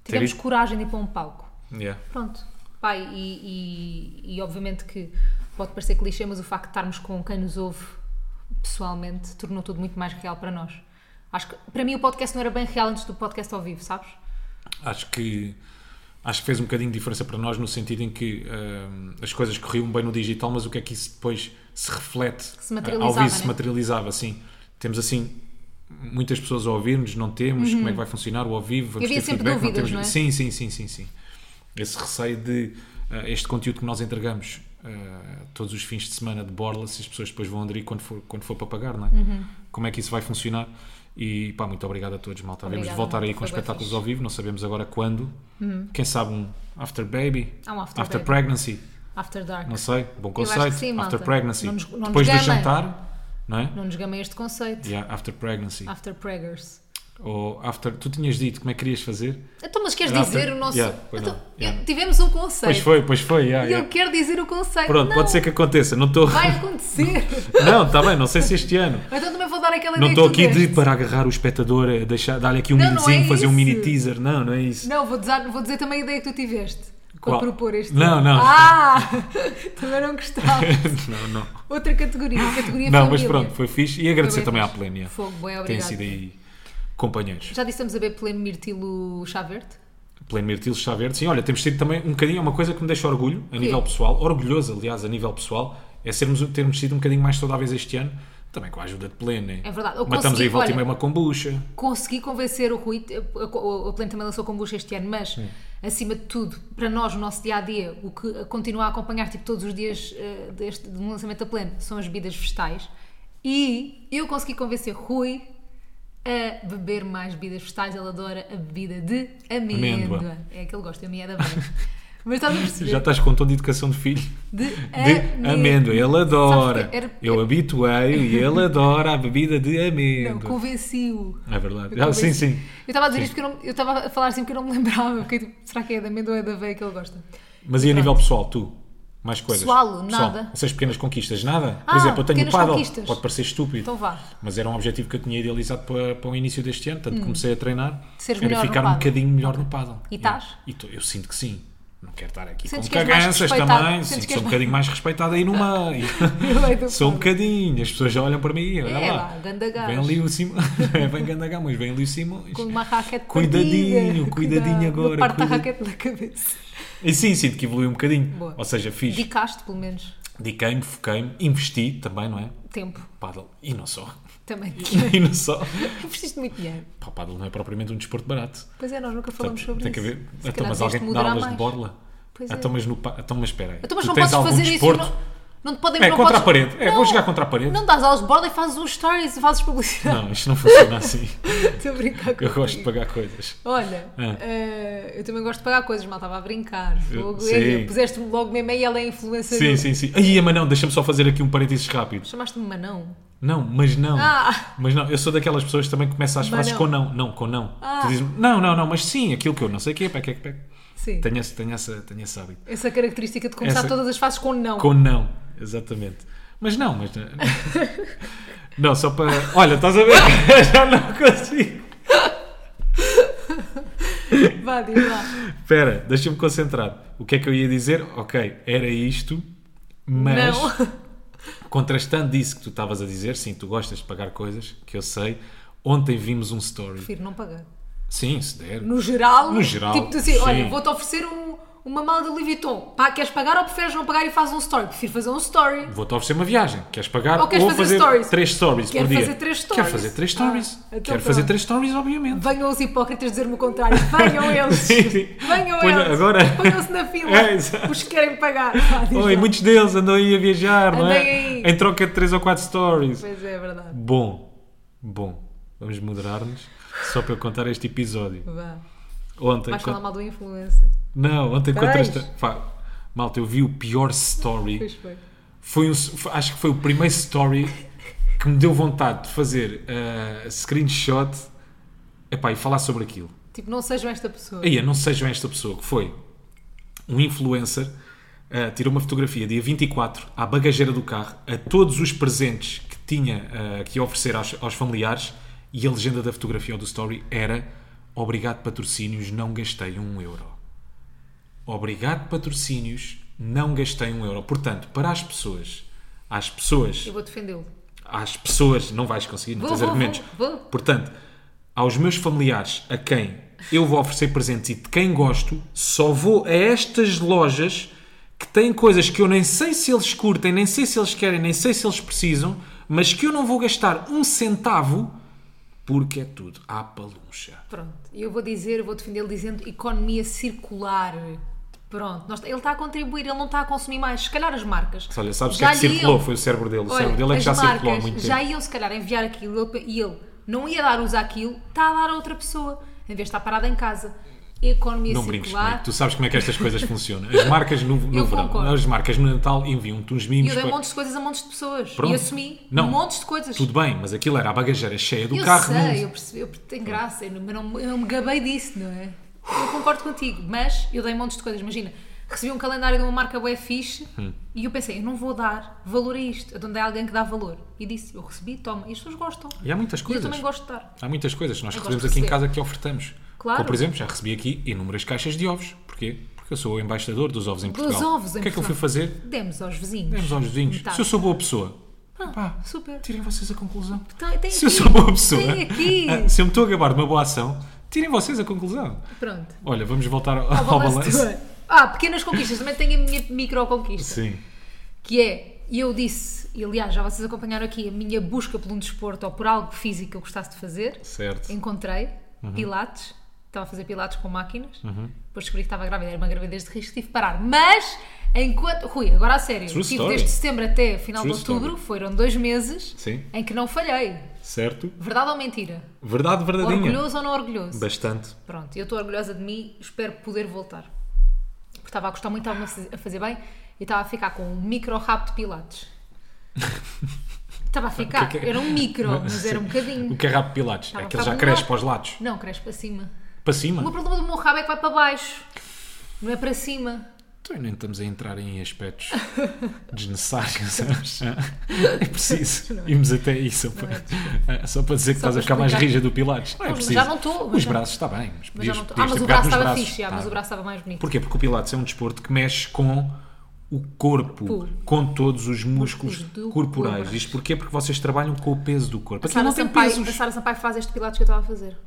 Ter Tivemos ido- coragem de ir para um palco. Yeah. Pronto. Pai, e, e- e obviamente que pode parecer clichê, mas o facto de estarmos com quem nos ouve pessoalmente tornou tudo muito mais real para nós. Acho que para mim o podcast não era bem real antes do podcast ao vivo, sabes? acho que acho que fez um bocadinho de diferença para nós no sentido em que hum, as coisas corriam bem no digital, mas o que é que isso depois se reflete se eh, ao materializava, vivo se né? materializava assim. Temos assim muitas pessoas a ouvir-nos, não temos, como é que vai funcionar o ao vivo, vamos Uhum. havia ter sempre feedback, não dúvidas, temos. não é? Sim, sim, sim, sim, sim. Esse receio de eh, este conteúdo que nós entregamos eh, todos os fins de semana de borla, se as pessoas depois vão aderir quando for, quando for para pagar, não é? Uhum. Como é que isso vai funcionar? E pá, muito obrigado a todos, malta. Vamos Obrigada, voltar aí malta, com foi bué espetáculos fixe. ao vivo, não sabemos agora quando. Quem sabe um after baby, Há Hum. um after baby. pregnancy, After Dark. não sei, bom acho que conceito. sim, malta. after pregnancy, Não nos- não nos depois do gamem. jantar, não é? Não Ah. nos gamem este conceito. Yeah, after pregnancy. After Preggers. Ou after. Tu tinhas dito como é que querias fazer? Então, mas queres Era dizer after- o nosso. Yeah, pois Então, não, yeah. eu- Tivemos um Pois conceito. foi, pois foi. yeah, e yeah. eu quero dizer o conceito. Pronto, não, pode ser que aconteça. Não estou. Vai acontecer. Não, está bem, não sei se este ano. então também vou dar aquela Não ideia estou que tu aqui de, deste. para agarrar o espectador, eh, deixar, dar-lhe aqui um Não, não é minutinho, fazer um isso. mini teaser. Não, não é isso. Não, vou dizer, vou dizer também a ideia que tu tiveste. Qual Qual? propor este? Não, não. Ah! Também não gostava. não, não. Outra categoria, categoria Não, mas família. pronto, foi fixe. E agradecer bem também à fixe. Plenia. Fogo, bem Têm obrigado. sido aí companheiros. Já dissemos a Bepleno Mirtilo Chá Verde? Pleno Mirtilo está verde. Sim, olha, temos tido também um bocadinho, é uma coisa que me deixa orgulho, a nível pessoal, orgulhoso, aliás, a nível pessoal, é sermos, termos sido um bocadinho mais saudáveis este ano, também com a ajuda de Pleno. né? É verdade. Eu Matamos consegui, aí volta olha- e meia uma kombucha. consegui convencer o Rui, a, a, a Pleno também lançou kombucha este ano, mas acima de tudo, para nós, o nosso dia a dia, o que continua a acompanhar tipo, todos os dias eh, deste, de um lançamento da Pleno são as bebidas vegetais. E eu consegui convencer Rui a beber mais bebidas vegetais. Ele adora a bebida de amêndoa. Amêndoa. É que ele gosta, a minha é da banha. Mas estás a perceber? Já estás com um tom de educação de filho. É, De, De amêndoa, ele Sabes adora. que era- Eu habituei e ele adora a bebida de Não, amêndoa. convenci-o. É verdade. Eu Ah, sim, convenci- sim. Eu estava a dizer isto porque eu, não- eu estava a falar assim porque eu não me lembrava. Porque, tipo, será que é da amêndoa ou é da aveia que ele gosta? Mas e a nível pessoal, tu? Mais coisas? Pessoal, nada. Essas pequenas conquistas, nada? Ah, Por exemplo, eu tenho o pequenas paddle. conquistas. Pode parecer estúpido. Então vá. Mas era um objetivo que eu tinha idealizado para, para o início deste ano, tanto comecei a treinar. Seres era Hum. melhor no ficar um pádel. bocadinho melhor no paddle. E estás? E tô- eu sinto que sim. Não quero estar aqui Sentes com que és mais caganças respeitado? também. Sentes Sinto que que és sou um bocadinho mais respeitado aí no meio. No meio do sou um pádel. bocadinho. As pessoas já olham para mim. Olha É lá, lá. ganda gajo. Vem ali o Simões. Não é bem ganda gajo, mas vem ali o Simões. Com uma raquete Cuidadinho, partida. cuidadinho Cuidado. agora, Parte da cuida- raquete da cabeça. E sim, sinto que evolui um bocadinho. Boa. Ou seja, fiz. Dicaste, pelo menos. Dediquei-me, foquei-me, investi também, não é? Tempo. Paddle. E não só. Também. e não só. Investiste muito dinheiro. Pá, paddle não é propriamente um desporto barato. Pois é, nós nunca falamos sobre Então, tem isso. que haver. Se Então, calhar mas devias-te alguém que dá moderar aulas de mais. borla? Pois é. Então, mas no. pa- Então, mas espera aí. Então, mas Tu não tens podes algum fazer desporto? isso. Não... Não te podem, É não podes- contra a parede. É, vou Não. jogar contra a parede. Não dás aulas de borda e fazes uns stories e fazes publicidade. Não, isto não funciona assim. Estou a brincar com Eu gosto de pagar coisas. Olha, Ah. eh, eu também gosto de pagar coisas, mal estava a brincar. Fogo. sim. Ei, Puseste-me logo mesmo aí, ela é influencer. Sim, sim, sim. Aí, mas não, deixa-me só fazer aqui um parênteses rápido. Chamaste-me Manão. Não, mas não. Ah. Mas não, eu sou daquelas pessoas que também que começa as Mas frases não. com não. Não, com não. Ah. Tu dizes, não, não, não, mas sim, aquilo que eu não sei o que é, pá, que é que pega. Sim. Tenho esse, tenho essa, tenho esse hábito. Essa característica de começar Essa- todas as fases com não. Com não, exatamente. Mas não, mas. Não, só para. Olha, estás a ver? Já não consigo. Vá, diz lá. Espera, deixa-me concentrar. O que é que eu ia dizer? Ok, era isto, mas. Não. Contrastando isso que tu estavas a dizer, sim, tu gostas de pagar coisas, que eu sei. Ontem vimos um story. Prefiro não pagar. Sim, se der. No geral, No geral, tipo tu assim, olha, sim. vou-te oferecer um- uma mala de Louis Vuitton. Pá, queres pagar ou preferes não pagar e fazes um story? Prefiro fazer um story. Vou-te oferecer uma viagem. Queres pagar Ou queres vou fazer fazer, stories? três stories Quero por dia. fazer três Quero stories. fazer três Ah, stories. então Quero fazer pronto. três stories, obviamente. Venham os hipócritas dizer-me o contrário. Venham eles. Sim, sim. Venham Ponham- eles. agora- Ponham-se na fila. É, exato. os que querem pagar. Vá, diz Oi, lá. muitos deles andam aí a viajar, não Andem é? aí. Em troca de 3 ou 4 stories. Pois é, é verdade. Bom, bom, vamos moderar-nos só para eu contar este episódio. Vá. Ontem. Vais con- falar mal do influencer. Não, ontem Vais? contrasta. Fá, malta, eu vi o pior story. Pois foi. Foi um, foi- acho que foi o primeiro story que me deu vontade de fazer ah, screenshot epá, e falar sobre aquilo. Tipo, não sejam esta pessoa. Aí, não sejam esta pessoa, que foi um influencer, ah, tirou uma fotografia dia 24 à bagageira do carro, a todos os presentes que tinha ah, que ia oferecer aos, aos familiares, e a legenda da fotografia ou do story era Obrigado patrocínios, não gastei um euro. Obrigado patrocínios, não gastei um euro. Portanto, para as pessoas, às pessoas Eu vou defendê-lo. às pessoas, não vais conseguir, não Vou, tens vou, argumentos. vou, vou. Portanto, aos meus familiares, a quem eu vou oferecer presentes e de quem gosto, só vou a estas lojas que têm coisas que eu nem sei se eles curtem, nem sei se eles querem, nem sei se eles precisam, mas que eu não vou gastar um centavo porque é tudo à paluncha. Pronto, eu vou dizer, vou defendê-lo dizendo economia circular. Pronto, nós- ele está a contribuir, ele não está a consumir mais. Se calhar as marcas. Olha, sabes o que já é que circulou? iam- Foi o cérebro dele. O Olha, cérebro dele é que as já circulou há marcas muito tempo. Já iam, se calhar, enviar aquilo ele- e ele não ia dar uso àquilo, está a dar a outra pessoa, em vez de estar parado em casa. Economia Não brinques comigo. circular. Tu sabes como é que estas coisas funcionam. As marcas no, no Eu verão, concordo. as marcas no Natal enviam-te uns E mimos eu dei para- montes de coisas a montes de pessoas. Pronto. E assumi Não. montes de coisas. Tudo bem, mas aquilo era a bagageira cheia do eu carro. não- é? sei, eu percebi, eu tenho graça, eu não, eu não- eu não me gabei disso, não é? Eu concordo contigo, mas eu dei montes de coisas. Imagina, recebi um calendário de uma marca bué fixe Hum. e eu pensei, eu não vou dar valor a isto. Eu é alguém que dá valor. E disse, eu recebi, toma. E as pessoas gostam. E há muitas E eu coisas. também gosto de dar. Há muitas coisas que nós Eu recebemos gosto de aqui em receber. casa que ofertamos. Claro. Como, por exemplo, já recebi aqui inúmeras caixas de ovos. Porquê? Porque Porque eu sou o embaixador dos ovos em Dos Portugal. ovos em O que é que eu fui Portugal. fazer? Demos aos vizinhos. Demos aos vizinhos. Metade. Ah, Se eu sou boa pessoa, pá, Super. tirem vocês a conclusão. Então, tem Se eu aqui. sou boa pessoa, Tem aqui. ah, se eu me estou a gabar de uma boa ação, tirem vocês a conclusão. Pronto. Olha, vamos voltar ao, Ao ao balanço do balanço. ano. Ah, pequenas conquistas. Também tenho a minha micro conquista. Sim. que é, e eu disse, e aliás já vocês acompanharam aqui a minha busca por um desporto ou por algo físico que eu gostasse de fazer, Certo. encontrei Uhum. pilates, estava a fazer pilates com máquinas, depois descobri que estava grávida, era uma gravidez de risco, tive que parar, mas enquanto, Rui, agora a sério, True tive story. desde setembro até final True de outubro, story. foram dois meses Sim. em que não falhei, Certo. verdade ou mentira? Verdade verdadeira. Orgulhoso ou não orgulhoso? Bastante. Pronto, eu estou orgulhosa de mim, espero poder voltar. Porque estava a gostar muito, estava-me a fazer- a fazer bem e estava a ficar com um micro rabo de pilates. estava a ficar, Que que é? era um micro, mas era um bocadinho. O que é rabo de pilates? Estava é que ele para já um cresce lado. para os lados. Não, cresce para cima. Para O meu cima. problema do meu rabo é que vai para baixo, não é para cima. Então nem estamos a entrar em aspectos desnecessários. é preciso. Irmos até isso. Só para, É, só para dizer que Só estás a para ficar mais explicar. rija do pilates. Não é Não, preciso. já não estou, mas Os já- braços está bem. Mas, Mas podias, já não estou. Ah, podias mas ter o pegado braço nos estava braços. fixe, ah, mas o Estava. braço estava mais bonito. Porquê? Porque o Pilates é um desporto que mexe com o corpo, Pô. com todos os músculos Músculos do corporais. corpo. assim, Isto porquê? Porque vocês trabalham com o peso do A corpo. Aquilo Sara, não tem Sampaio, a pesos. Sara Sampaio faz este pilates que eu estava a fazer.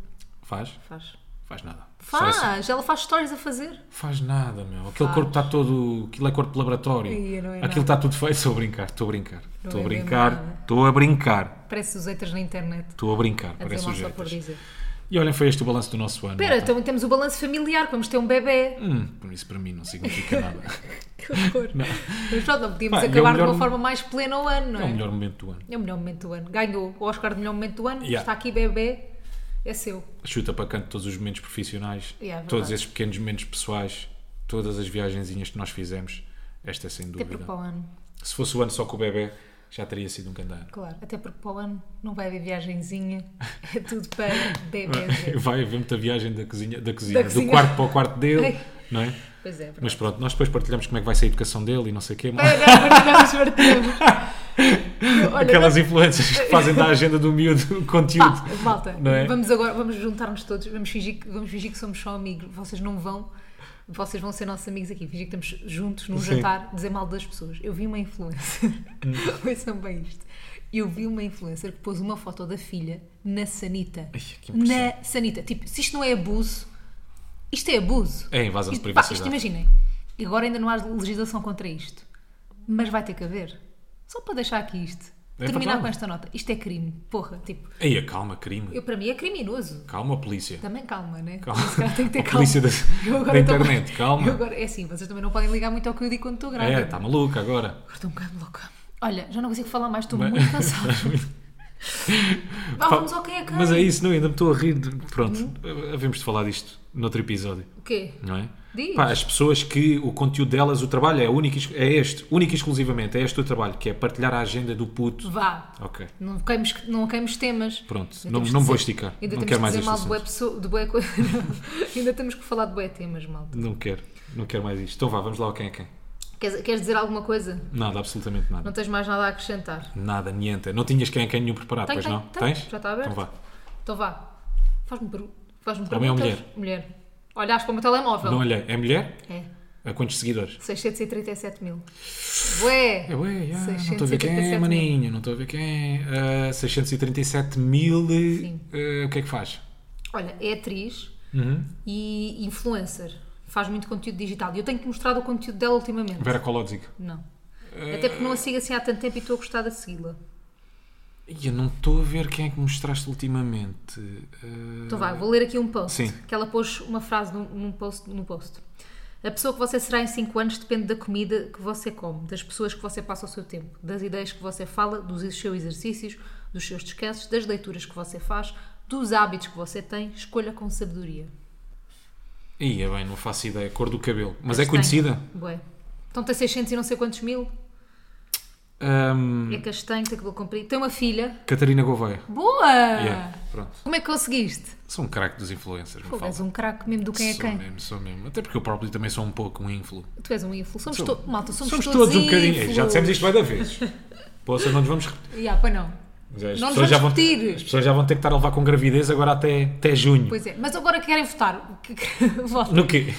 Faz? Faz. Faz nada. assim, Só essa- Faz, ela faz stories a fazer. Faz nada, meu. Aquele corpo está todo. Aquilo é corpo de laboratório. Ia, não é Aquilo está tudo feio. Estou a brincar, estou a brincar. Estou a é mesmo brincar, nada. estou a brincar. Parece os haters na internet. Estou a brincar, A dizer parece mal só por sujeitas. dizer. E olhem, foi este o balanço do nosso ano. Espera, malta. então temos o balanço familiar, que vamos ter um bebê. Hum, isso para mim não significa nada. É Que horror. Mas pronto, não podíamos Pá, e é o acabar de melhor uma mo- forma mais plena o ano, não é é? o melhor momento do ano. É o melhor momento do ano. Ganhou o Oscar de melhor momento do ano, Yeah. está aqui bebê, é seu. chuta para canto todos os momentos profissionais, Yeah, é verdade. todos esses pequenos momentos pessoais, todas as viagenzinhas que nós fizemos. Esta é sem Até porque dúvida. para o ano, Se fosse o ano só com o bebê, já teria sido um grande ano. claro. Até porque para o ano não vai haver viagenzinha, é tudo para bebê. Vai haver muita viagem da cozinha, da cozinha, do É, cozinha. quarto para o quarto dele, Ai. não é? pois é, Mas verdade. pronto, nós depois partilhamos como é que vai ser a educação dele e não sei o quê. mas- Olha, partilhamos, partilhamos. Olha, Aquelas influências que fazem da agenda do miúdo o conteúdo. Pá, malta, Não é? vamos agora, vamos juntar-nos todos, vamos fingir, que, vamos fingir que somos só amigos, vocês não vão, vocês vão ser nossos amigos aqui, fingir que estamos juntos num Sim. Hum. jantar, dizer mal das pessoas. Eu vi uma influencer, ouçam bem isto, eu vi uma influencer que pôs uma foto da filha na sanita. Ai, que impressão. na sanita. Tipo, se isto não é abuso, isto é abuso. É invasão de Isto- pá, Isto privacidade. imaginem, agora ainda não há legislação contra isto, mas vai ter que haver. Só para deixar aqui isto. É Terminar verdade. com esta nota. Isto é crime. Porra, tipo, Aí, calma, crime. eu, para mim é criminoso. Calma, polícia. Também calma, né? Calma. Esse cara tem que ter A calma. polícia da, Eu agora da estou- internet, Eu calma. agora, é assim, vocês também não podem ligar muito ao que eu digo quando estou grávida. É, está maluca agora. Agora estou um bocado louca. Olha, já não consigo falar mais, estou Bem- muito cansada. Vá, Pá, vamos ao que é Uhum. que Mas é isso, não, ainda me estou a rir. de- Pronto, havíamos de falar disto noutro episódio, O quê? não é? Diz. Pá, as pessoas que o conteúdo delas, o trabalho é único, e ex- é este, único e exclusivamente, é este o trabalho, que é partilhar a agenda do puto. Vá. Ok. Não queimos, não queimos temas. Pronto, Ainda não- temos não que vou dizer- esticar. Ainda Não temos quero que mais dizer este mal de bué assunto. pessoa- de bué coisa. Não. Ainda temos que falar de bué temas, malta. Não quero, não quero mais isto. Então vá, vamos lá ao quem é quem. Queres, queres dizer alguma coisa? Nada, absolutamente Não nada. tens mais nada a acrescentar? Nada, niente. Não tinhas quem é quem nenhum preparado, Tenho, pois tenho, não? tenho. Tens? Já está aberto. Então vá. Então vá. Faz-me peru. Faz-me Homem ou perguntas. Mulher. Olhaste para o meu telemóvel. é Não olhei. É mulher? É. A quantos seguidores? 637 mil. Ué! É, ué, já, não estou a ver 637 quem é, mil. maninho, não estou a ver quem é. Ah, 637 mil, eh, Sim. eh, o que é que faz? Olha, é atriz Uhum. e influencer. Faz muito conteúdo digital. E eu tenho que mostrar o conteúdo dela ultimamente. Vera Kolodzik. Não. Eh, Até porque não a sigo assim há tanto tempo e estou a gostar de segui-la. Ih, Eu não estou a ver quem é que mostraste ultimamente. Eh, Então vai, vou ler aqui um post. Sim. Que ela pôs uma frase num, num post, no post. A pessoa que você será em 5 anos depende da comida que você come, das pessoas que você passa o seu tempo, das ideias que você fala, dos seus exercícios, dos seus descansos, das leituras que você faz, dos hábitos que você tem. Escolha com sabedoria. Ih, é bem, não faço ideia. Cor do cabelo. Mas é Castanho. conhecida? Bué. Então tem 600 e não sei quantos mil. Ahm, É castanho, tem cabelo comprido. Tem uma filha. Catarina Gouveia. Boa! Yeah, pronto. Como é que conseguiste? Sou um craque dos influencers, me Pô, fala. és um craque mesmo do quem é sou quem. mesmo, sou mesmo. Até porque eu próprio também sou um pouco um influ. Tu és um influ. Somos, Sou- to- malta, somos, Somos todos um bocadinho. influ. Já dissemos isto várias vezes. Poxa, não nos vamos repetir. Ya, pois não. Mas é, As Não nos pessoas, já vão, vamos repetir. as pessoas já vão ter que estar a levar com gravidez agora até, até junho. Pois é, mas agora querem votar. Que- que- Votem. No quê?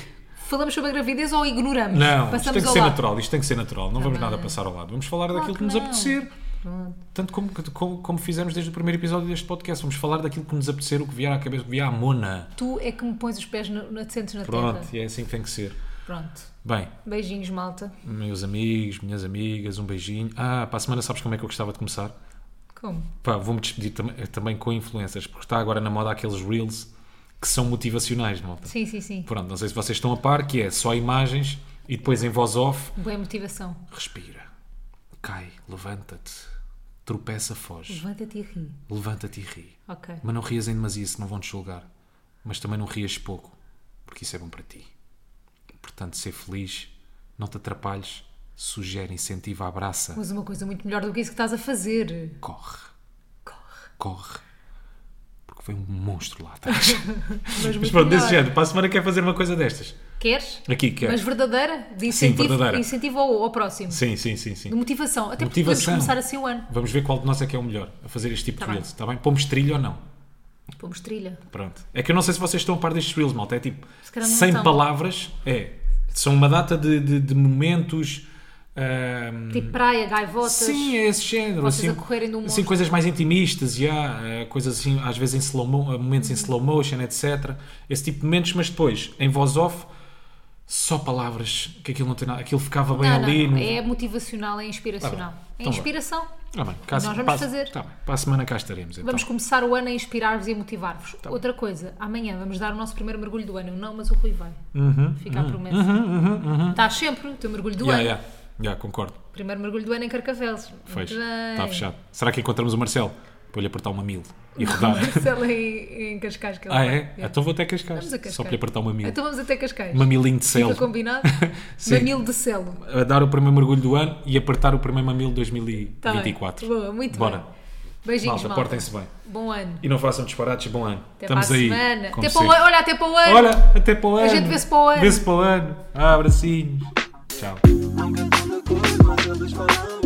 falamos sobre a gravidez ou ignoramos. Não, isto Passamos tem que ao ser lado. Tá natural, isto tem que ser natural. Não vamos nada passar ao lado. Vamos falar daquilo que que nos não. apetecer. Tanto como, como, como fizemos desde o primeiro episódio deste podcast. Vamos falar daquilo que nos apetecer, o que vier à cabeça, o que vier à mona. Tu é que me pões os pés no, no, te sentes na Pronto, terra. e é assim que tem que ser. Pronto. Bem, Beijinhos, malta. meus amigos, minhas amigas, um beijinho. Ah, para a semana sabes como é que eu gostava de começar? Como? Pá, vou-me despedir tam- eh, também com influencers, porque está agora na moda aqueles reels que são motivacionais, malta. Sim, sim, sim. Pronto, não sei se vocês estão a par, que é só imagens e depois em voz off Boa motivação. Respira. Cai. Levanta-te. Tropeça, foge. Levanta-te e ri. Levanta-te e ri. Uhum. Ok. Mas não rias em demasia, senão vão te julgar. Mas também não rias pouco, porque isso é bom para ti. Portanto, ser feliz, não te atrapalhes, sugere, incentiva, abraça. Mas uma coisa muito melhor do que isso que estás a fazer. Corre. Corre. Corre. Porque foi um monstro lá atrás. Mas, Mas muito pronto, desse melhor. género. Para a semana quer fazer uma coisa destas. Queres? Aqui, é. quer. Mas verdadeira? De incentivo, verdadeira. incentivo ao, ao próximo. Sim, sim, sim, sim. De motivação. Até porque Motivação. podemos começar assim o ano. Vamos ver qual de nós é que é o melhor a fazer este tipo Tá de bem. reels, está bem? Pomos trilho ou não? Pomos trilha. Pronto. É que eu não sei se vocês estão a par destes reels, malta. É tipo, Se calhar não sem estão. palavras, é. São uma data de, de- de momentos. ahm, Tipo praia, gaivotas. Hum. Sim, é esse género. vocês a Assim, correrem de um assim, monstro. coisas mais intimistas, e há ah, coisas assim, às vezes em slow mo- momentos Uhum. em slow motion, etc. Esse tipo de momentos, mas depois, em voz off, só palavras, que aquilo não tem nada. Aquilo ficava bem Não, não, ali. não. no- É motivacional, é inspiracional. Tá bem. é Então vá. inspiração. Ah, bem, cá- Nós vamos para- fazer. Tá bem, para a semana cá estaremos. Então. Vamos começar o ano a inspirar-vos e a motivar-vos. Outra coisa, amanhã vamos dar o nosso primeiro mergulho do ano. Eu não, mas o Rui vai. Uhum, Fica a promessa. Estás sempre o teu mergulho do Já, ano. já, já, concordo. Primeiro mergulho do ano em Carcavelos. Fez. Muito bem. Está Tá fechado. Será que encontramos o Marcelo? Para lhe apertar uma mil e rodar. Marcelo em, em Cascais. Que ele ah, vai. é? Yeah. Então vou até Vamos a Cascais. Cascais. Só para lhe apertar uma mil. Então vamos até Cascais. Uma milinho de céu. Fica combinado? Sim. Mamilo de celo. A dar o primeiro mergulho do ano e apertar o primeiro mamilo de Tá bem. 2024. Boa, muito Bora. bem. Beijinhos, Malta, malta. portem-se bem. Bom ano. E não façam disparates. Bom ano. Até Estamos para a aí. semana. como Até para o sempre. ano. Olha, até para o ano. Olha, até para o ano. A gente vê-se para o ano. Vê-se para o ano. Ah, abracinhos. Tchau. I'm good on the court, my girl is fine